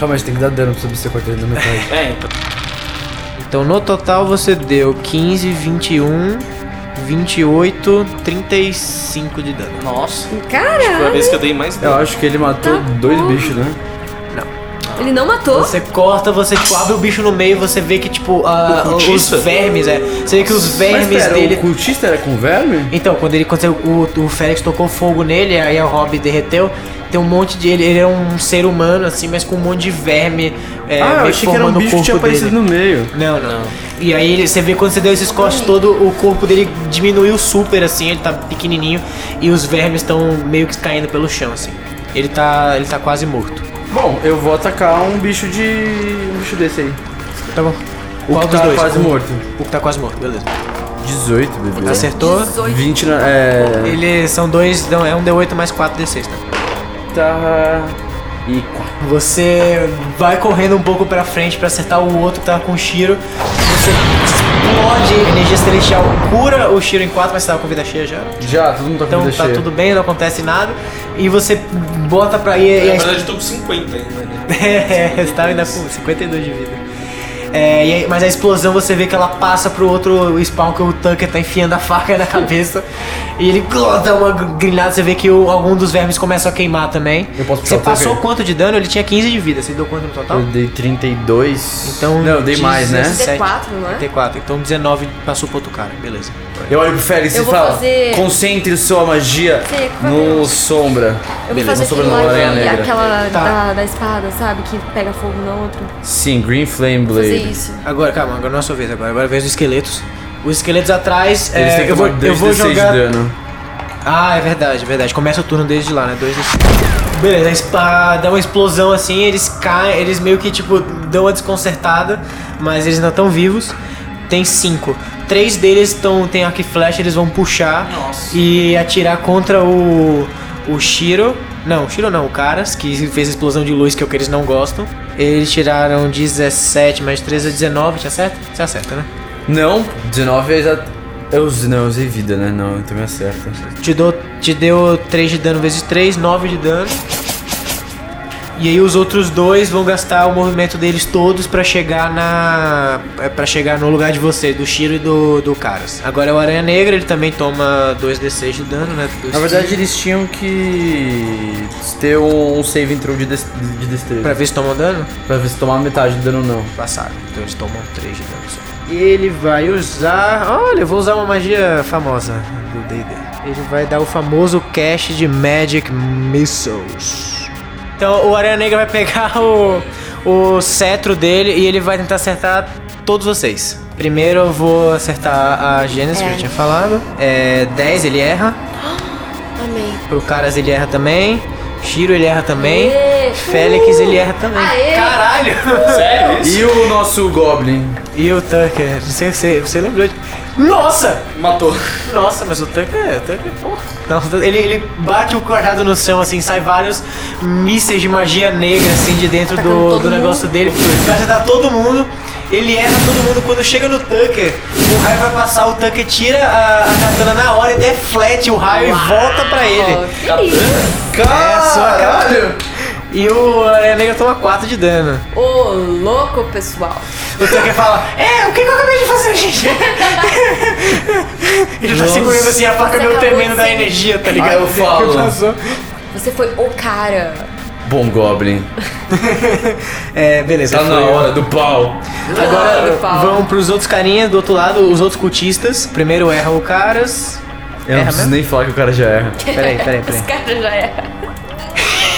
Calma, a gente tem que dar dano pra você cortar ele na [LAUGHS] metade. É, então. Então no total você deu 15, 21, 28, 35 de dano. Nossa, Cara, foi a vez que eu dei mais Eu dano. Tá acho que ele matou dois bichos, né? Não. Ele não matou? Você corta, você tipo, abre o bicho no meio, você vê que tipo a- O os cultista? vermes, é. Você vê que os Mas vermes pera, dele. o cultista era com verme? Então, quando ele quando o, o Félix tocou fogo nele, aí a Rob derreteu. Tem um monte de ele, ele era um ser humano assim, mas com um monte de verme é, ah, eu meio achei que era um formando o bicho que tinha corpo aparecido dele. no meio. Não, não. E aí ele- você vê quando você deu esses cortes todo, o corpo dele diminuiu super, assim, ele tá pequenininho e os vermes estão meio que caindo pelo chão, assim. Ele tá, ele tá quase morto. Bom, eu vou atacar um bicho de. um bicho desse aí. Tá bom. O Qual que tá tá dois? quase O- morto? O que tá quase morto, beleza. 18, bebê. Acertou. 18. 20 Tá na. É. Ele são dois, não, é um D8 mais 4 D6, tá? Tá. E Você vai correndo um pouco pra frente pra acertar o outro que tava com o Shiro. Você explode a energia celestial, cura o Shiro em 4, mas você tava com vida cheia já. Já, todo mundo tá com Então vida tá cheia. tudo bem, não acontece nada. E você bota pra. E, e Na a verdade, eu tô com 50 ainda, né? [LAUGHS] É, você tava ainda com 52 de vida. É, e aí- mas a explosão você vê que ela passa pro outro spawn que o Tucker tá enfiando a faca na [LAUGHS] cabeça. e ele gló, dá uma grilhada, você vê que o- algum dos vermes começa a queimar também. Eu posso você puxar o Tucker? passou quanto de dano? Ele tinha 15 de vida, você deu quanto no total? Eu dei 32. Então. Não, eu dei mais, né? 17. 34, não é? 34, então 19 passou pro outro cara, beleza. Eu olho pro Félix Eu e vou fala: fazer- é concentre sua magia Sei, por no sombra. Eu vou Beleza, fazer no sombra aquele não, aranha live negra. aquela Tá. da, da espada, sabe? Que pega fogo na outra. Sim, Green Flame Fazer Blade. isso. Agora, calma, agora não é a sua vez agora. Agora é a vez dos esqueletos. Os esqueletos atrás, Eles é, têm que eu vou, tomar eu vou 2d6 jogar. de dano. Ah, é verdade, é verdade. Começa o turno desde lá, né? Dois desse... Beleza, a espa- dá uma explosão assim, eles caem, eles meio que tipo dão uma desconcertada, mas eles ainda estão vivos. Tem cinco. Três deles estão tem arco e flecha, eles vão puxar Nossa. e atirar contra o o Shiro. Não, o Shiro não, o Caras, que fez a explosão de luz que é o que eles não gostam. Eles tiraram 17 mais 13 é 19, te acerta? Você acerta, né? Não, 19 eu já. Eu usei, não, eu usei vida, né? Não, então me acerta. Te, dou, te deu 3 de dano vezes 3, 9 de dano. E aí os outros dois vão gastar o movimento deles todos pra chegar na para chegar no lugar de você, do Shiro e do, do Caras. Agora é o Aranha Negra, ele também toma 2d6 de dano, né? Dois- Na verdade, eles tinham que. ter um save intro de, des... de destreza. pra ver se tomam dano? Pra ver se tomar metade do dano ou não. Passaram. Então eles tomam 3 de dano só. Ele vai usar. Olha, eu vou usar uma magia famosa do DD. Ele vai dar o famoso cast de Magic Missiles. Então o Aranha Negra vai pegar [LAUGHS] o, o cetro dele e ele vai tentar acertar todos vocês. Primeiro eu vou acertar a Gênesis, que eu já tinha falado. É 10, ele erra. Amei. Pro Caras ele erra também. Shiro ele erra também. Aê! Félix ele erra também. Aê! [LAUGHS] Caralho! Sério isso? E o nosso Goblin? E o Tucker, você, você, você lembrou de. Nossa! Matou. Nossa, mas o Tucker é. o Tucker, porra. Não, ele, ele bate o quadrado no chão, assim, sai vários mísseis de magia negra, assim, de dentro Atacando do, todo do negócio dele. Vai acertar todo mundo. Ele erra todo mundo. Quando chega no Tucker, o raio vai passar, o Tucker tira a, a katana na hora e deflete o raio e volta pra ele. tá- Ó, que isso? É, só a katana. E o Aranha Negra toma 4 de dano. Ô, louco, pessoal. O Tucker fala, é, o que, que eu acabei de fazer, gente? [LAUGHS] Ele tá segurando assim a faca Você meio acabou tremendo de da ser- energia, tá ligado? Ah, eu Que falo. [LAUGHS] passou. Você foi o cara. Bom Goblin. É, beleza. Tá na foi. hora do pau. Agora Vão pros outros carinhas do outro lado, os outros cultistas. Primeiro erra o Caras. Eu Erra não preciso mesmo? nem falar que o cara já erra. Peraí, peraí, Esse peraí. cara já é.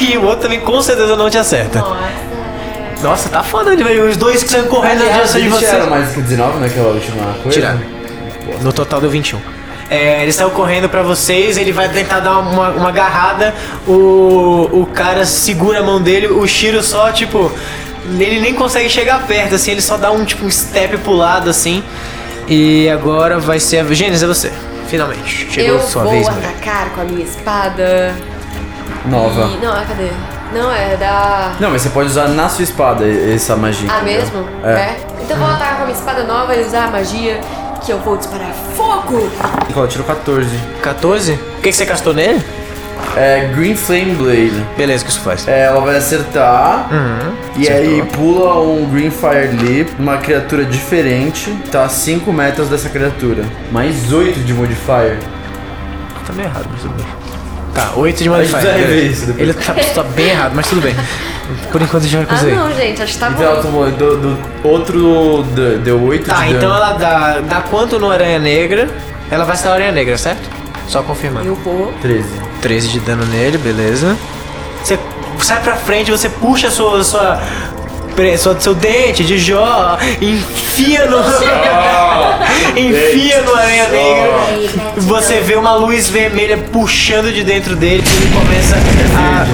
E o outro também com certeza não te acerta. Nossa, tá foda, ele veio. Os dois que saem correndo na direção de Eles você. tiraram mais que 19 naquela última coisa? Tiraram. No total deu 21. É, ele saiu correndo pra vocês, ele vai tentar dar uma, uma agarrada, o, o cara segura a mão dele, o Shiro só, tipo, ele nem consegue chegar perto, assim, ele só dá um, tipo, um step pro lado, assim. E agora vai ser a... Gênesis, é você. Finalmente. Chegou Eu sua vou vez, né? mulher. atacar com a minha espada. Nova. E... Não, ah, cadê? Não, é da. Não, mas você pode usar na sua espada essa magia. Ah, entendeu? mesmo? É. Então eu vou atacar com a minha espada nova e usar a magia que eu vou disparar fogo. Ela tirou 14. 14? O que, que você castou nele? É Green Flame Blade. Beleza, o que isso faz? Uhum. É, ela vai acertar. E aí pula um Green Fire Leap, uma criatura diferente. Tá a 5 metros dessa criatura. Mais 8 de modifier. Tá meio errado, mas tudo bem. Tá, 8 de A gente modifier. precisa rever beleza. isso depois. Ele tá, tá bem errado, mas tudo bem. Por enquanto eu já Ah, recusei. não, gente, acho que tá Então ela bom. tomou do, do outro deu- deu 8 de Tá, dano. então ela dá, dá quanto no Aranha Negra? Ela vai ser a Aranha Negra, certo? Só confirmando. Eu vou. 13. 13 de dano nele, beleza. Você sai pra frente, você puxa sua. sua pre- sua- seu dente de Jó, enfia no. enfia no Aranha Negra. Você vê uma luz vermelha puxando de dentro dele e ele começa a.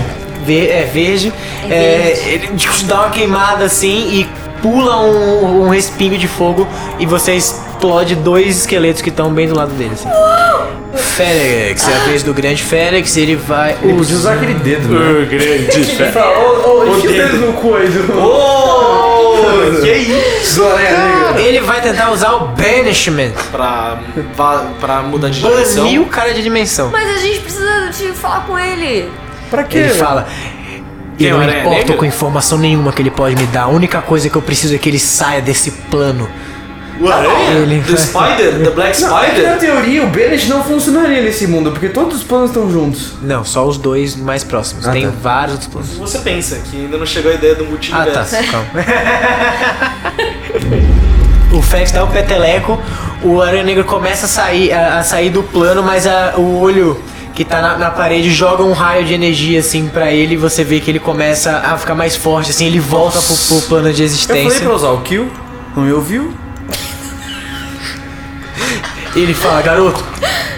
Ver, é verde. É, ele dá uma queimada assim e pula um, um respingo de fogo e você explode dois esqueletos que estão bem do lado dele. Assim. Félix, é a vez do grande Félix, ele vai. Ele podia usar aquele dedo, né? [LAUGHS] Ô, enfia o dedo no cu aí do... Oh, que isso? do Aranha Negra. Ele vai tentar usar o Banishment. Pra, va- pra mudar de direção. Banir o cara de dimensão. Mas a gente precisa de falar com ele. Pra quê? Ele fala. E Quem, o não Aranha importo Negra? com informação nenhuma que ele pode me dar. A única coisa que eu preciso é que ele saia desse plano. O aranha? Ele The Spider? The Black Não, é que na Spider? teoria o Bennett não funcionaria nesse mundo, porque todos os planos estão juntos. Não, só os dois mais próximos. Ah, Tem tá. vários outros planos. Você pensa que ainda não chegou a ideia do Ah, tá. multiverso. Calma. [LAUGHS] O Félix dá o peteleco, o Aranha Negra começa a sair, a, a sair do plano, mas a- o olho que tá na, na parede joga um raio de energia assim pra ele e você vê que ele começa a ficar mais forte, assim, ele volta pro, pro plano de Eu falei existência. pra usar o kill, não me ouviu. E ele fala, garoto,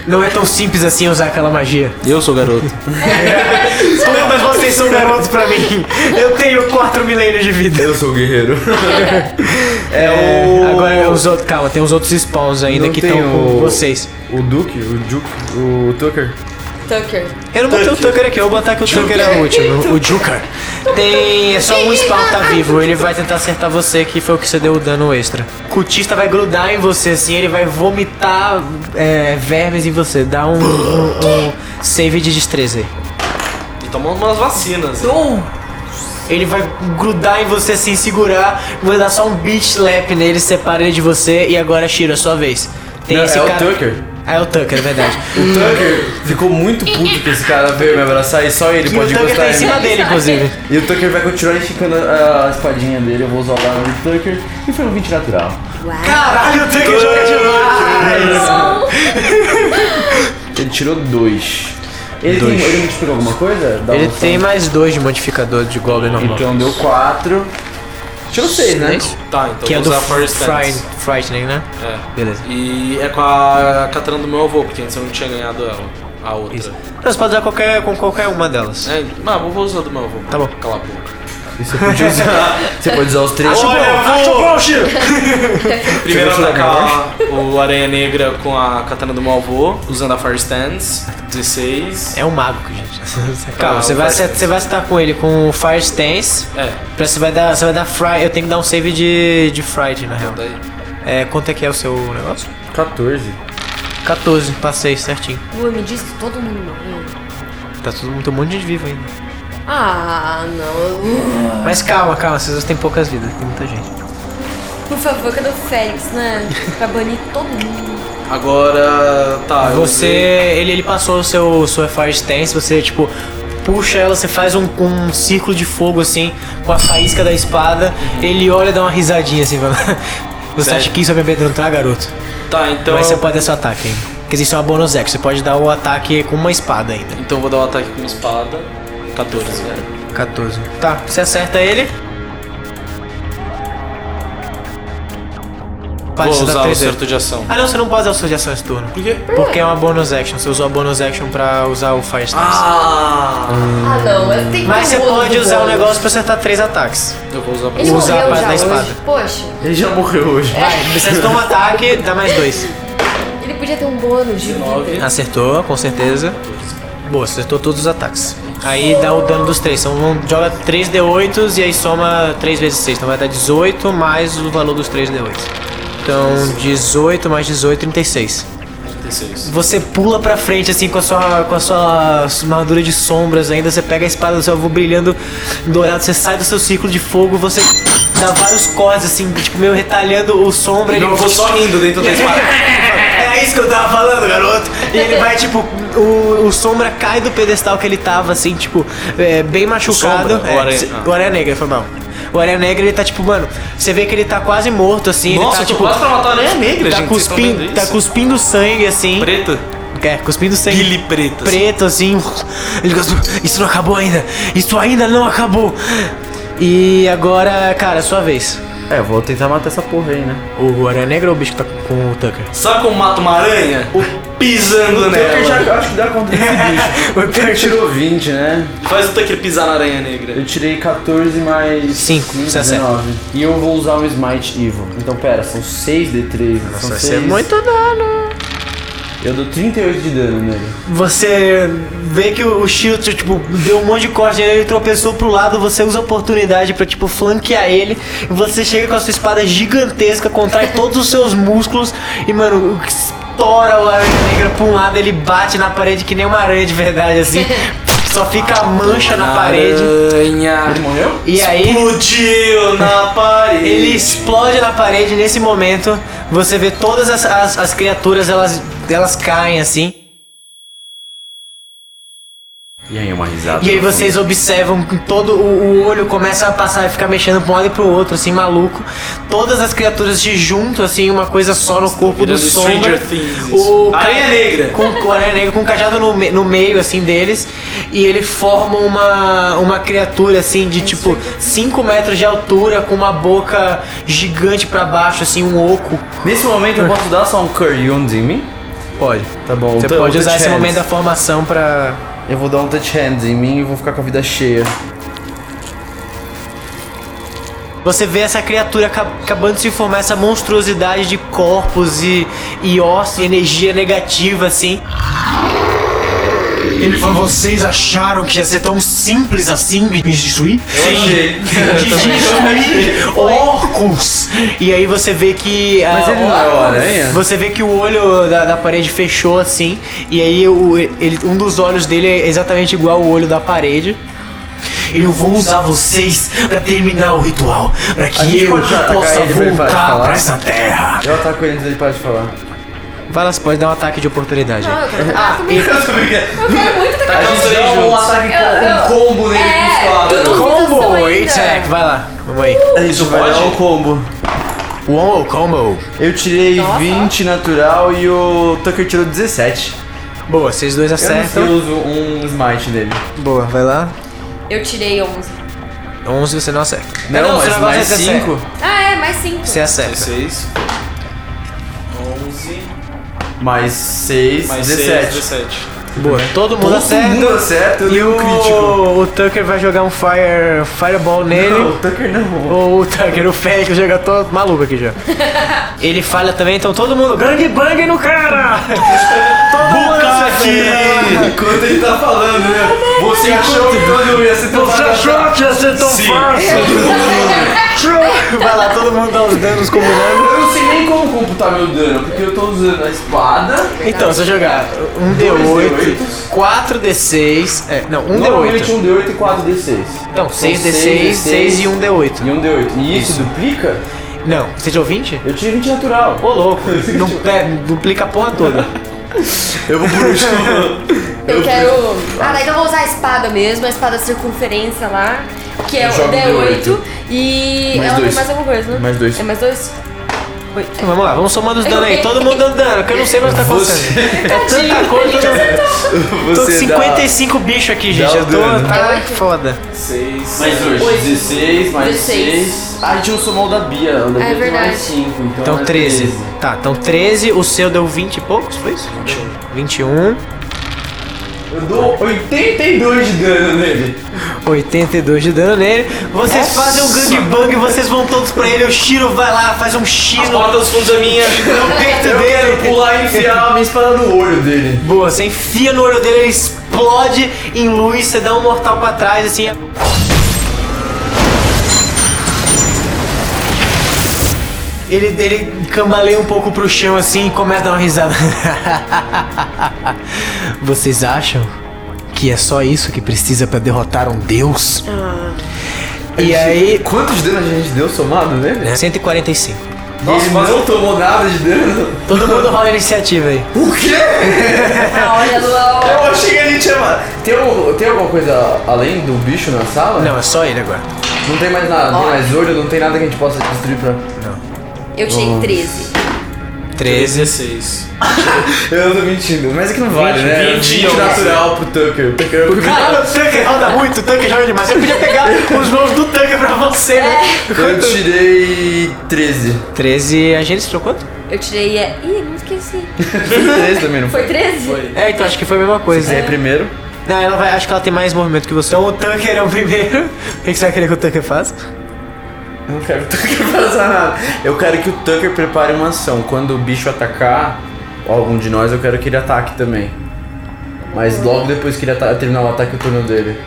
não é tão simples assim usar aquela magia. Eu [LAUGHS] sou garoto. Mas vocês são garotos pra mim. Eu tenho 4 milênios de vida. Eu sou o guerreiro. É, Agora os outros. Calma, tem os outros spawns ainda Não que tem estão com o- vocês. O Duke, o Duke, o Tucker. Tucker. Eu não botei o Tucker aqui, eu vou botar que o Tucker é o último. O Juker. Tem. É só um spawn que tá vivo. Ele vai tentar acertar você, que foi o que você deu o dano extra. O cutista vai grudar em você, assim, ele vai vomitar é, vermes em você. Dá um, um- um save de destreza aí. E tomou umas vacinas. Ele vai grudar em você assim, segurar, vai dar só um beat slap nele, separa ele de você e agora Shiro, é sua vez. Tem Não, esse é o cara. Tucker. Ah, é o Tucker, é verdade. O Tucker ficou muito puto que esse cara veio me abraçar e só ele E o pode Tucker gostar né? tá em cima ainda. dele, inclusive. E o Tucker vai continuar esticando a, a espadinha dele, eu vou usar o barulho do Tucker e foi um 20 natural. Caralho, o Tucker joga demais! Ele tirou dois. Ele, Dois. Tem, ele multiplicou alguma coisa? Dá Ele um tem som. mais dois de modificador de Goblin normal. Então deu quatro. Tirou seis, né? Tá, então que é vou do usar Forest Fright, Stance. Frightening, né? É. Beleza. E é com a katana do meu avô, porque antes eu não tinha ganhado ela. A outra. Não, você pode usar qualquer, com qualquer uma delas. É, não, eu vou usar do meu avô. Tá bom. Cala a boca. E Você pode usar, você pode usar os três. avô! [LAUGHS] Primeiro atacar né? o Aranha Negra com a katana do meu avô, usando a Fire Stance. 16. É um mago, gente. [LAUGHS] Calma, Ah, você o vai, acertar- Fire Stance. você vai acertar com ele com o Fire Stance. É. Pra você vai dar. Você vai dar fright. Eu tenho que dar um save de, de fright, na real. Daí. É, quanto é que é o seu negócio? 14. 14, passei certinho. Lu, me diz que todo mundo morreu. Tá todo mundo tem um monte de gente vivo ainda. Ah, não. Uh, Mas calma, calma, vocês têm poucas vidas, tem muita gente. Por favor, cadê o Félix, né? Pra banir todo mundo. Agora. Tá, eu Você. usei- Ele, ele passou o seu sua Fire Stance, você tipo. Puxa ela, você faz um, um círculo de fogo assim, com a faísca da espada. Ele olha e dá uma risadinha assim, fala. [LAUGHS] Você Sério? acha que isso vai me adentrar, garoto? Tá, então. Mas você pode dar seu ataque ainda. Quer dizer, isso é uma bonus action, você pode dar o ataque com uma espada ainda. Então eu vou dar um ataque com espada. 14, né? 14. Tá, você acerta ele. Pode Vou você dá usar o 3D. acerto de ação. Ah não, você não pode usar o seu de ação esse turno. Por quê? Porque é uma bonus action, você usou a bonus action pra usar o Fire Stance. Ah! Ah, não. Eu tenho que Mas você ter um bolo pode do usar o bolo. negócio pra acertar três ataques. Eu vou usar pra Ele usar a morreu parte já da hoje. espada. Poxa, Ele já morreu hoje. Vai, você acertou um ataque, dá mais dois. ele podia ter um bônus de vida. Acertou, com certeza. Boa, acertou todos os ataques. Aí dá o dano dos três. São, um- joga 3 D8 e aí soma 3 vezes 6. Então vai dar 18 mais o valor dos 3 D8. Então 18 mais 18, 36. 36. Você pula pra frente assim com a sua, com a sua armadura de sombras ainda. Você pega a espada do seu avô brilhando dourado. Você sai do seu ciclo de fogo. Você dá vários cortes assim, tipo meio retalhando o sombra. Meu ele- avô só rindo dentro da espada. é, [LAUGHS] É isso que eu tava falando, garoto. E ele vai, tipo, o, o Sombra cai do pedestal que ele tava, assim, tipo, é, bem machucado. Sombra? O É, Aranha- se- ah. o Aranha Negra, foi mal. O Aranha Negra, ele tá, tipo, mano, você vê que ele tá quase morto, assim. ele Nossa, tá, eu tô tipo, quase pra matar a aranha negra, tá gente. vocês tão Cuspindo, vendo tá isso? cuspindo sangue, assim. Preta? É, cuspindo sangue. Pile preta. assim. preto assim. Ele gosta, isso não acabou ainda. Isso ainda não acabou. E agora, cara, sua vez. É, eu vou tentar matar essa porra aí, né? O Aranha Negra ou o bicho que tá com- com o Tucker? Sabe como mata uma aranha? Pisando Tucker já nela. eu acho é que dá [LAUGHS] conta desse bicho. O Ele é tirou 20, né? Faz o Tucker pisar na aranha negra. Eu tirei 14 mais Cinco, cinco, você acerta. 19. E eu vou usar um Smite Evil. Então, pera, são 6 D3. são Vai ser seis. muito dano. Eu dou 38 de dano nele. Você vê que o o Shield, tipo, deu um monte de corte nele, ele tropeçou pro lado, você usa a oportunidade pra, tipo, flanquear ele. E você chega com a sua espada gigantesca, contrai todos os seus músculos e, mano, estoura o Aranha Negra pra um lado, ele bate na parede que nem uma aranha de verdade, assim. Só fica a mancha na parede. Aranha. Morreu? E aí- Explodiu na parede. Ele explode na parede nesse momento. Você vê todas as, as, as criaturas, elas, elas caem assim. E aí, é uma risada. E aí vocês observam que todo o, o olho começa a passar e ficar mexendo pra um lado e pro outro, assim, maluco. Todas as criaturas de junto, assim, uma coisa só no corpo do Virando sombra. Stranger Things. O ca- Aranha Negra. Com, com aranha negra, com um cajado no, me- no meio, assim, deles. E ele forma uma, uma criatura, assim, de tipo 5 metros de altura, com uma boca gigante pra baixo, assim, um oco. Nesse momento eu posso dar só um Curyund em mim? Pode. Tá bom. Você então eu pode vou usar touch esse hands. momento da formação pra. Eu vou dar um touch hands em mim e vou ficar com a vida cheia. Você vê essa criatura acab- acabando de se formar, essa monstruosidade de corpos e, e ossos, e energia negativa, assim. Ele falou, vocês acharam que ia ser tão simples assim me destruir? achei. [LAUGHS] Destruir orcos! E aí você vê que... a- Mas ele não é o aranha? Você vê que o olho da, da parede fechou, assim, e aí o, ele, um dos olhos dele é exatamente igual ao olho da parede. Eu vou usar vocês pra terminar o ritual, pra A gente que eu pode atacar possa ele pra ele parar de voltar falar? pra essa terra. Eu ataco ele antes dele parar de falar. Fala, você pode dar um ataque de oportunidade. Não, Ah, eu quero atacar também. Eu quero muito Tá atacar com os também. três Dá um juntos. ataque Eu- eu- com um combo nele com É, espada. eu não fiz ação Combo! ainda. Attack, vai lá. Vamos aí. Isso pode? um combo. Uou, combo. Eu tirei Nossa. 20 natural e o Tucker tirou 17. Boa, vocês dois Eu acertam. não uso um smite dele. Boa, vai lá. Eu tirei 11. 11 você não acerta. Não, não, seu mas negócio mais é 17. 5. Ah, é, mais 5. Você acerta. 16. 11. Mais 6, Mais 17. 6, 17. Boa. Todo mundo acerta. Todo mundo acerta, eu E dei um crítico. o, o Tucker vai jogar um fire, fireball nele. Não, o Tucker não. Ou o Tucker, o Félix joga todo maluco aqui [LAUGHS] já. Ele falha também, então todo mundo gangbang no [LAUGHS] cara! todo mundo acerta. Enquanto ele tá falando, né? Você achou que quando ia ser é Você achou que Então, é ia ser tão Sim. [LAUGHS] fácil? Vai lá, todo mundo dá os danos combinando. Eu não sei nem como computar meu dano, porque eu tô usando a espada. Então, se eu jogar um D8, 4 D6. É, não, um Normalmente D8. um D8 e 4 D6. Então, 6 Então, D6, seis 6 e um D8. E um D8. E isso, duplica? Não, você de ouvinte? Eu tirei 20 natural. Ô louco, não, é, duplica a porra toda. Eu vou por último. Eu quero. Ah, daí então eu vou usar a espada mesmo, a espada circunferência lá, que é o Joga um D8. D8. E Mais ela dois. tem mais alguma coisa, né? Mais dois. É mais dois? Oito. Então, Vamos lá, vamos somando os danos aí. Todo mundo dando dano, que eu não sei mais o que tá acontecendo. É tanta coisa, todo mundo. Tô com [LAUGHS] Você dá 55 bichos aqui, gente. o Eu tô. dano. Tá Oito. foda. 6. Mais dois. Oito. 16, mais Dezesseis. 6. Ah, a gente não somou o da Bia. O da Bia É tem verdade. mais 5. Então, Então é 13. Tá, então 13, o seu deu 20 e poucos, foi isso? 21. 21, Eu dou 82 de dano nele. 82 de dano nele. Vocês fazem um gangbang, vocês vão todos pra ele. O Shiro vai lá, faz um As Shiro portas dos fundos é minha. no peito Eu quero dele. pular e enfiar a minha espada no olho dele. Boa, você enfia no olho dele, ele explode em luz, você dá um mortal pra trás, assim. Ele, ele cambaleia um pouco pro chão assim e começa a dar uma risada. [LAUGHS] Vocês acham que é só isso que precisa pra derrotar um deus? E né? aí. É, Quantos danos a gente deu somado nele? 145. Nossa, e ele mas- não tomou nada de dano? Todo mundo rola a iniciativa aí. O quê? Ah, olha, Luan. Eu achei que a gente ia matar. Tem, algum- tem alguma coisa além do bicho na sala? Não, é só ele agora. Não tem mais nada, não tem mais olho, não tem nada que a gente possa destruir pra. Eu tirei 13. 13. 16. Eu tô mentindo, mas é que não vale, né? 20, 20 eu natural pro Tucker. Tucker [LAUGHS] Cara, o tanque roda muito, o tanque joga demais. Eu podia [LAUGHS] pegar os nomes do tanque pra você, né? eu tirei 13. 13. A gente É. tirou quanto? Eu tirei. É... Ih, não esqueci. 13 também, não foi? Foi 13? Foi. É, então acho que foi a mesma coisa. É primeiro. Não, ela vai, acho que ela tem mais movimento que você. Então o Tanker é o primeiro. O que que você vai querer que o Tanker faça? Eu não quero que o Tucker [LAUGHS] faça nada. Eu quero que o Tucker prepare uma ação. Quando o bicho atacar, ou algum de nós, eu quero que ele ataque também. Mas logo depois que ele ata- terminar o ataque, o turno dele.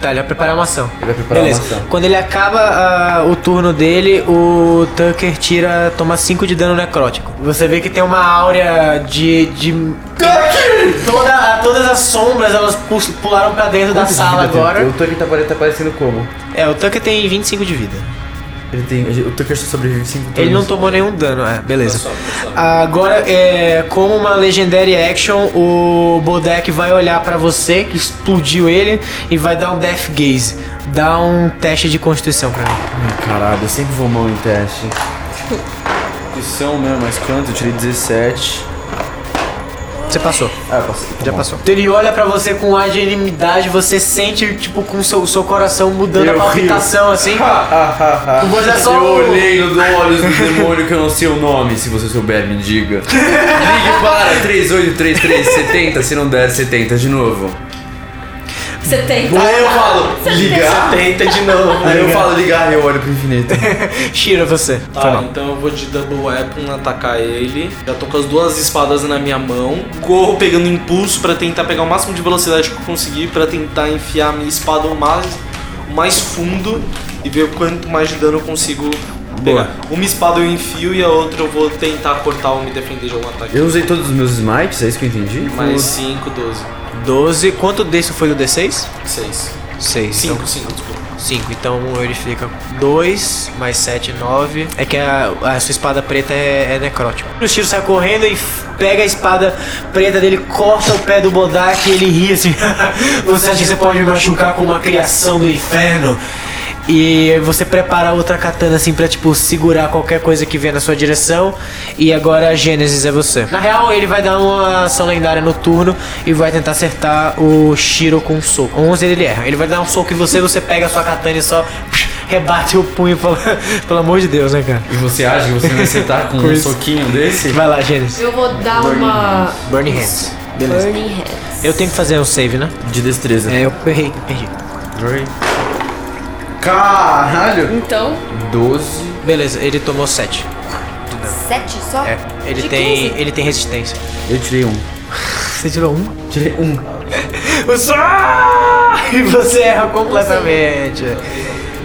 Tá, ele vai preparar uma ação. Ele vai preparar Beleza. uma ação. Quando ele acaba ah, o turno dele, o Tucker tira. toma 5 de dano necrótico. Você vê que tem uma áurea de. de... Toda, todas as sombras elas pus- pularam pra dentro da Quanto de sala vida tem? agora. O Tucker tá, pare- tá parecendo como? É, o Tucker tem 25 de vida. Ele tem. O Tucker só sobrevive 5 turnos. Ele não tomou nenhum dano, é, beleza. Tá Agora, é, como uma Legendary Action, o Bodek vai olhar pra você, que explodiu ele, e vai dar um Death Gaze. Dá um teste de constituição pra mim. Ai, Caralho, eu sempre vou mal em teste. Opção mesmo, né? mas quanto? Eu tirei 17. Você passou, Ah, eu passei. Tá já bom. passou. Então ele olha pra você com um ar de inimidade, você sente, tipo, com o seu, seu coração mudando Eu a palpitação, assim. [LAUGHS] Você é só Eu um- olhei nos olhos do demônio que eu não sei o nome. Se você souber, me diga. Ligue para 383370. Se não der, 70 de novo. 70. Aí eu falo, ligar. Tenta de novo. Aí eu falo, ligar. Eu olho pro infinito. Tira você. Foi Tá, mal. então eu vou de double weapon atacar ele. Já tô com as duas espadas na minha mão. Corro pegando impulso pra tentar pegar o máximo de velocidade que eu conseguir pra tentar enfiar a minha espada o mais, o mais fundo e ver quanto mais de dano eu consigo pegar. Uma espada eu enfio e a outra eu vou tentar cortar ou me defender de algum ataque. Eu usei todos os meus smites, é isso que eu entendi? Mais 5, 12, 12. Quanto desse foi do D6? 6. Então. 6. 5, 5, desculpa. 5, então ele fica 2 mais 7, 9. É que a, a sua espada preta é, é necrótica. O Shiro sai correndo e f- pega a espada preta dele, corta o pé do Bodak e ele ri assim. [LAUGHS] você acha que você pode me machucar com uma criação do inferno? E você prepara outra katana assim pra tipo segurar qualquer coisa que vier na sua direção. E agora a Gênesis é você. Na real, ele vai dar uma ação lendária no turno e vai tentar acertar o Shiro com um soco. 11 ele erra. Ele vai dar um soco em você, você pega a sua katana e só rebate o punho. Pelo, [LAUGHS] pelo amor de Deus, né, cara? E você acha que você vai acertar [LAUGHS] com um isso. soquinho desse? Vai lá, Gênesis. Eu vou dar uma. Burning Hands. Burning Hands. Eu tenho que fazer um save, né? De destreza. É, eu errei, errei. Caralho! Então, 12. Beleza, ele tomou 7. 7 só? É, ele De tem, 15? ele tem resistência. Eu tirei um. Você tirou 1? Um? Tirei um. "Ah!" [LAUGHS] E você erra completamente.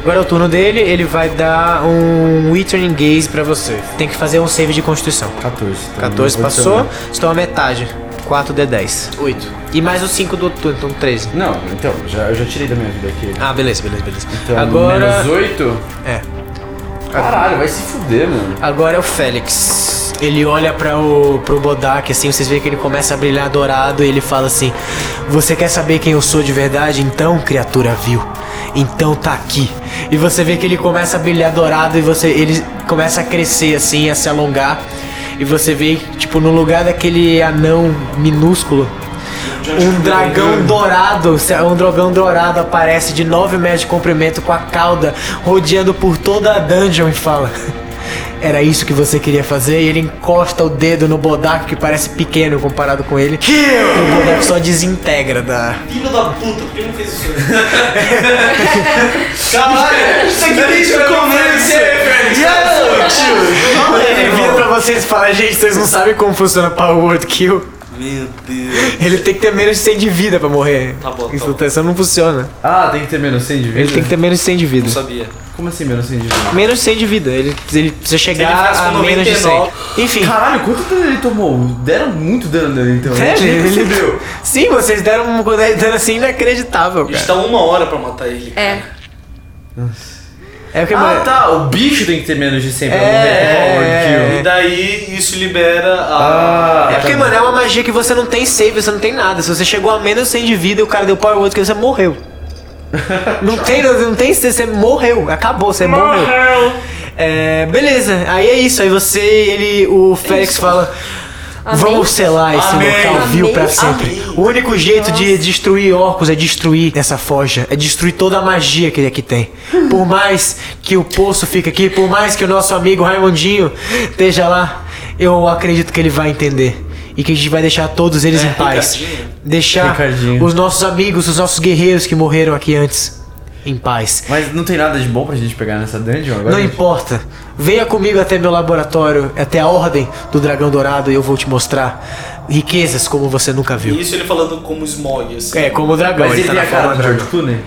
Agora é o turno dele, ele vai dar um Withering Gaze pra você. Tem que fazer um save de constituição. 14. então 14 não aconteceu passou, nada. você toma metade. 4d10. 8. E mais o 5 do outro turno, então 13. Não, então, já, eu já tirei da minha vida aqui. Ah, beleza, beleza, beleza. Então, agora. menos 8? É. Caralho, vai se fuder, mano. Agora é o Félix. Ele olha para o pro Bodak, assim, vocês veem que ele começa a brilhar dourado e ele fala assim: Você quer saber quem eu sou de verdade? Então, criatura vil. Então tá aqui. E você vê que ele começa a brilhar dourado e você ele começa a crescer assim, a se alongar. E você vê, tipo, no lugar daquele anão minúsculo, um dragão dourado, um dragão dourado aparece de 9 metros de comprimento com a cauda rodeando por toda a dungeon e fala: Era isso que você queria fazer? E ele encosta o dedo no Bodak, que parece pequeno comparado com ele. E o Bodak só desintegra da. Filho da puta, por que não fez isso? [LAUGHS] Caralho, isso aqui desde o Ele vira pra vocês e fala: Gente, vocês não sabem como funciona Power Word Kill. Meu Deus. Ele tem que ter menos de 100 de vida pra morrer. Tá bom, tá Insultação não funciona. Ah, tem que ter menos 100 de vida? Ele tem que ter menos de 100 de vida. Não sabia. Como assim menos 100 de vida? Menos de 100 de vida. Ele, ele precisa chegar ficasse com a menos de 100. 99. Enfim. Caralho, quanto dano ele tomou? Deram muito dano nele, então. É, ele ele- percebeu. Sim, vocês deram um dano assim inacreditável, A gente cara. tá uma hora pra matar ele. É. É o que Ah mais- tá, o bicho tem que ter menos de 100 pra É, morrer. é, Overkill. é. E daí isso libera a. Ah, É porque, tá. mano, é uma magia que você não tem save, você não tem nada. Se você chegou a menos 100 de vida e o cara deu power outro que você morreu. não tem, não tem, save, você morreu, acabou, você morreu. É, beleza, aí é isso, aí você ele, o Félix fala. É Amém. Vamos selar esse Amém. local vil pra Amém. sempre. Amém. O único jeito de destruir Orcus é destruir essa forja, é destruir toda a magia que ele aqui tem. Por mais que o poço fique aqui, por mais que o nosso amigo Raimundinho esteja lá, eu acredito que ele vai entender. E que a gente vai deixar todos eles É, em paz. Ricardinho. Deixar Ricardinho. os nossos amigos, os nossos guerreiros que morreram aqui antes em paz. Mas não tem nada de bom pra gente pegar nessa dungeon agora? Não importa. Venha comigo até meu laboratório, até a ordem do Dragão Dourado e eu vou te mostrar riquezas como você nunca E viu. isso ele falando como smog, assim. É, como o dragão. Mas ele ele tá tem na a cara forma do do George dragão. Clooney?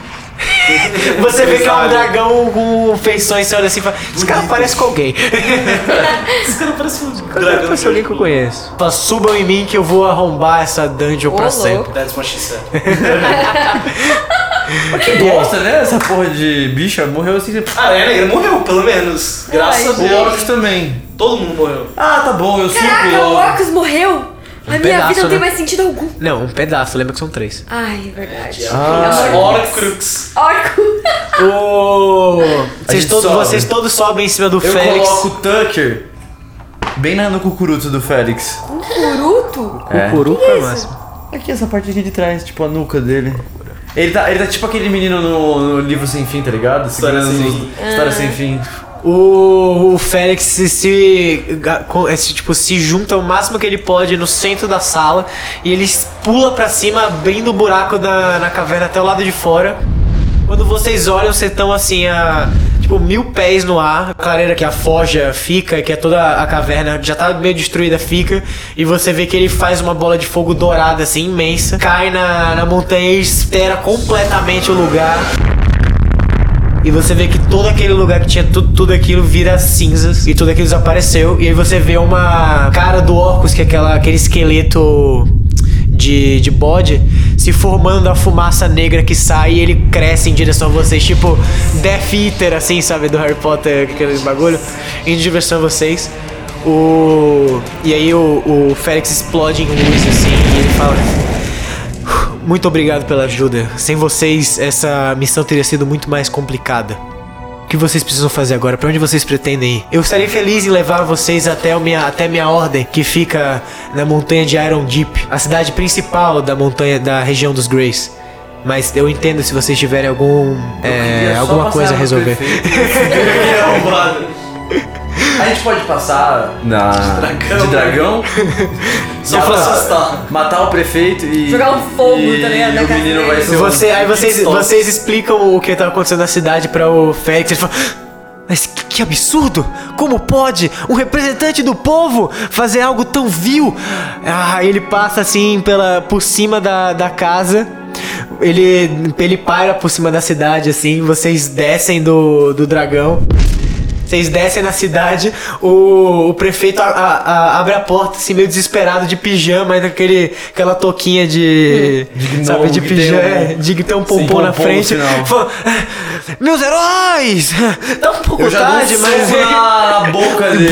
Você vê que é um dragão com feições, você olha assim e fala: Esse cara parece com alguém. [LAUGHS] Esse cara parece um Cara, dragão. parece alguém que eu conheço. Fala, Subam em mim que eu vou arrombar essa dungeon Ô, pra louco. sempre. That's what she said. Que bosta, né? Essa porra de bicha morreu assim. Ah, é, né? Ele morreu, pelo menos. Graças Ai, a O Deus. Orcus também. Todo mundo morreu. Ah, tá bom, eu Caraca, o Orcus morreu! A minha Um pedaço, vida não tem né? mais sentido algum. Não, um pedaço, lembra que são três. Ai, é verdade. Ah, Horcrux. [LAUGHS] Orco! Ô, vocês, gente todos, sobe. vocês todos sobem em cima do Eu Félix. coloco o Tucker bem na, no cucuruto do Félix. Curuto? É. Cucuruca, Que isso? máximo. Aqui, essa parte aqui de trás, tipo a nuca dele. Ele tá, ele tá tipo aquele menino no, no livro sem fim, tá ligado? História Segurando Sem os- História Ah. sem fim. O, o Félix se, se, ga- co- é, se, tipo, se junta o máximo que ele pode no centro da sala e ele s- pula pra cima, abrindo o buraco da, na caverna até o lado de fora. Quando vocês olham, vocês estão assim, a, tipo, mil pés no ar. A clareira que a forja fica, que é toda a caverna já tá meio destruída, fica. E você vê que ele faz uma bola de fogo dourada, assim, imensa. Cai na, na montanha e espera completamente o lugar. E você vê que todo aquele lugar que tinha tudo, tudo aquilo vira cinzas e tudo aquilo desapareceu. E aí você vê uma cara do Orcus, que é aquela, aquele esqueleto de, de bode, se formando da fumaça negra que sai e ele cresce em direção a vocês, tipo Death Eater, assim, sabe, do Harry Potter, aquele bagulho, indo em direção a vocês. O... E aí o, o Félix explode em luz, assim, e ele fala. Muito obrigado pela ajuda. Sem vocês, essa missão teria sido muito mais complicada. O que vocês precisam fazer agora? Pra onde vocês pretendem ir? Eu estarei feliz em levar vocês até a minha, até minha ordem, que fica na montanha de Iron Deep, a cidade principal da montanha da região dos Greys. Mas eu entendo se vocês tiverem algum é, alguma coisa a resolver. Ele é arrombado. A gente pode passar na... dragão. de dragão, né? [LAUGHS] Só pra assustar. matar o prefeito e. Jogar um fogo, e, tá ligado? Na E o casa menino dele. vai Se ser. um Você, aí vocês, vocês explicam o que tá acontecendo na cidade pra o Félix. Ele fala, mas que, que absurdo! Como pode um representante do povo fazer algo tão vil? Ah, ele passa assim pela, por cima da, da casa. Ele, ele para por cima da cidade, assim. Vocês descem do, do dragão. Vocês descem na cidade, o, o prefeito a- a- a- abre a porta, assim, meio desesperado, de pijama, ainda com aquele, aquela toquinha de. De sabe, gnomo de que tem pijama. um- é, De que tem um pompom pompom na no frente. final. Fala, Meus heróis! Tá um pouco Eu já dou um tarde, mas. soco [LAUGHS] na na boca dele.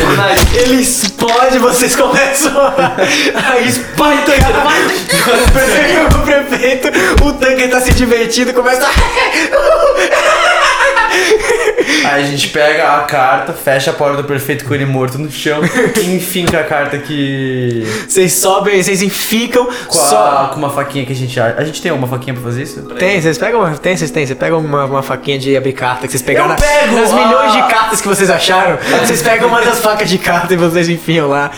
Ele explode, vocês começam [LAUGHS] a, a espantar [LAUGHS] o prefeito. O tanque tá se divertindo, começa a. Aí a gente pega a carta, fecha a porta do prefeito com ele morto no chão e enfinca a carta que. Vocês sobem, vocês enficam. Com, a- só- com uma faquinha que a gente acha. A gente tem uma faquinha pra fazer isso? Tem, vocês pegam uma. Tem, vocês têm. Vocês pegam uma, uma faquinha de abrir carta que vocês pegaram. Eu na- pego! Nas Ah! milhões de cartas que vocês acharam, vocês pegam uma das facas de carta e vocês enfiam lá.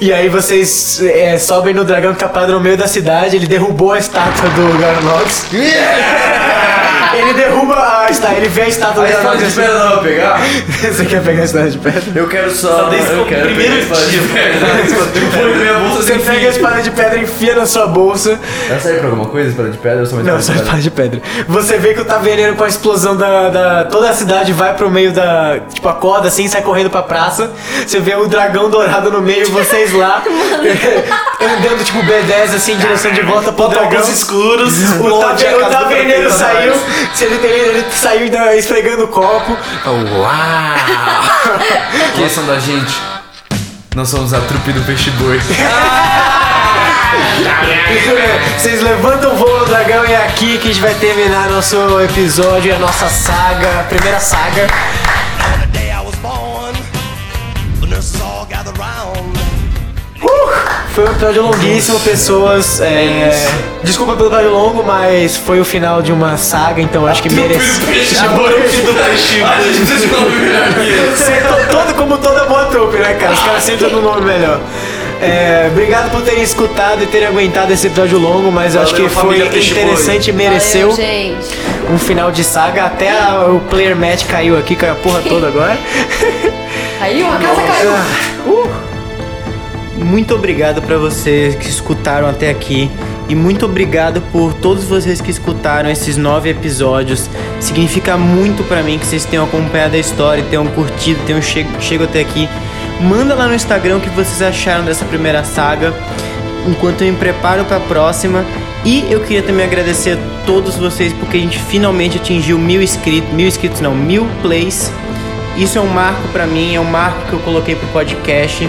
E aí vocês é, sobem no dragão que tá parado no meio da cidade, ele derrubou a estátua do Garnox. ele derruba a estátua, ele vê a estátua do Aí a Garnox. gente espera não pegar. [LAUGHS] Você quer pegar a estátua de pedra? assim, Eu quero só. Desde eu o quero primeiro pegar esse dia, [LAUGHS] Eu ponho minha bolsa Você sem pega a fio. espada de pedra e enfia na sua bolsa. Ela serve pra alguma coisa, espada de pedra? Eu sou Não, só espada de pedra. Você vê que o taverneiro com a explosão da, da- Toda a cidade vai pro meio da. Tipo, acorda assim, sai correndo pra praça. Você vê o dragão dourado no meio, vocês lá. [LAUGHS] andando tipo B10 assim, em direção de volta pro dragão. Óculos escuros. O, explode a taver- o casa do taverneiro prefeito né? saiu, atrás. Se ele, ele, ele saiu da- esfregando o copo. Uau! Esqueçam da gente. Nós somos a trupe do peixe boi. [LAUGHS] Vocês levantam o voo, dragão, e é aqui que a gente vai terminar nosso episódio, a nossa saga, a primeira saga. the day I was born. The nurses all gathered round. Foi um episódio longuíssimo, pessoas. é, Desculpa pelo episódio longo, mas foi o final de uma saga, então acho que merece. [LAUGHS] Você to- todo como toda boa trupe, né, cara? Os caras sempre dando um nome melhor. É, obrigado por terem escutado e terem aguentado esse episódio longo, mas eu acho que Valeu, foi família Peixe Boi. interessante e mereceu. Valeu, gente. um final de saga. Até a- o player match caiu aqui, caiu a [LAUGHS] porra toda agora. Caiu, a casa caiu. Ah, uh. Muito obrigado pra vocês que escutaram até aqui. E muito obrigado por todos vocês que escutaram esses nove episódios. Significa muito pra mim que vocês tenham acompanhado a história, tenham curtido, tenham che chego até aqui. Manda lá no Instagram o que vocês acharam dessa primeira saga, enquanto eu me preparo pra próxima. E eu queria também agradecer a todos vocês porque a gente finalmente atingiu mil inscritos, mil inscritos não, mil plays. Isso é um marco pra mim, é um marco que eu coloquei pro podcast.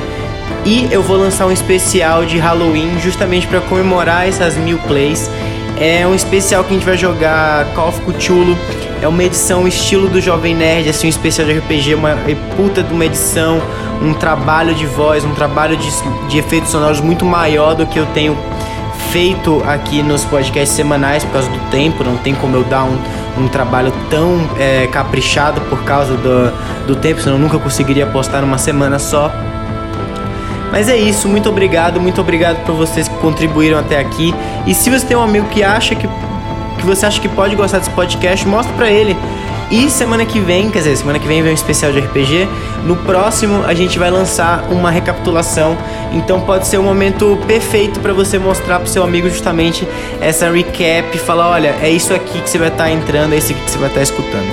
E eu vou lançar um especial de Halloween justamente para comemorar essas mil plays. É um especial que a gente vai jogar Call of Cthulhu. É uma edição estilo do Jovem Nerd, assim, um especial de RPG, uma puta de uma edição, um trabalho de voz, um trabalho de, de efeitos sonoros muito maior do que eu tenho feito aqui nos podcasts semanais por causa do tempo, não tem como eu dar um, um trabalho tão é, caprichado por causa do, do tempo, senão eu nunca conseguiria postar numa semana só. Mas é isso, muito obrigado, muito obrigado por vocês que contribuíram até aqui. E se você tem um amigo que acha que que você acha que pode gostar desse podcast, mostra pra ele. E semana que vem, quer dizer, semana que vem vem um especial de RPG. No próximo a gente vai lançar uma recapitulação, então pode ser um momento perfeito pra você mostrar pro seu amigo justamente essa recap, falar, olha, é isso aqui que você vai estar entrando, é isso aqui que você vai estar escutando.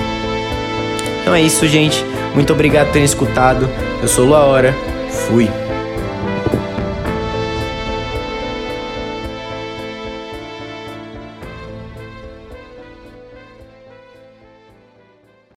Então é isso, gente. Muito obrigado por terem escutado. Eu sou o Laura. Fui.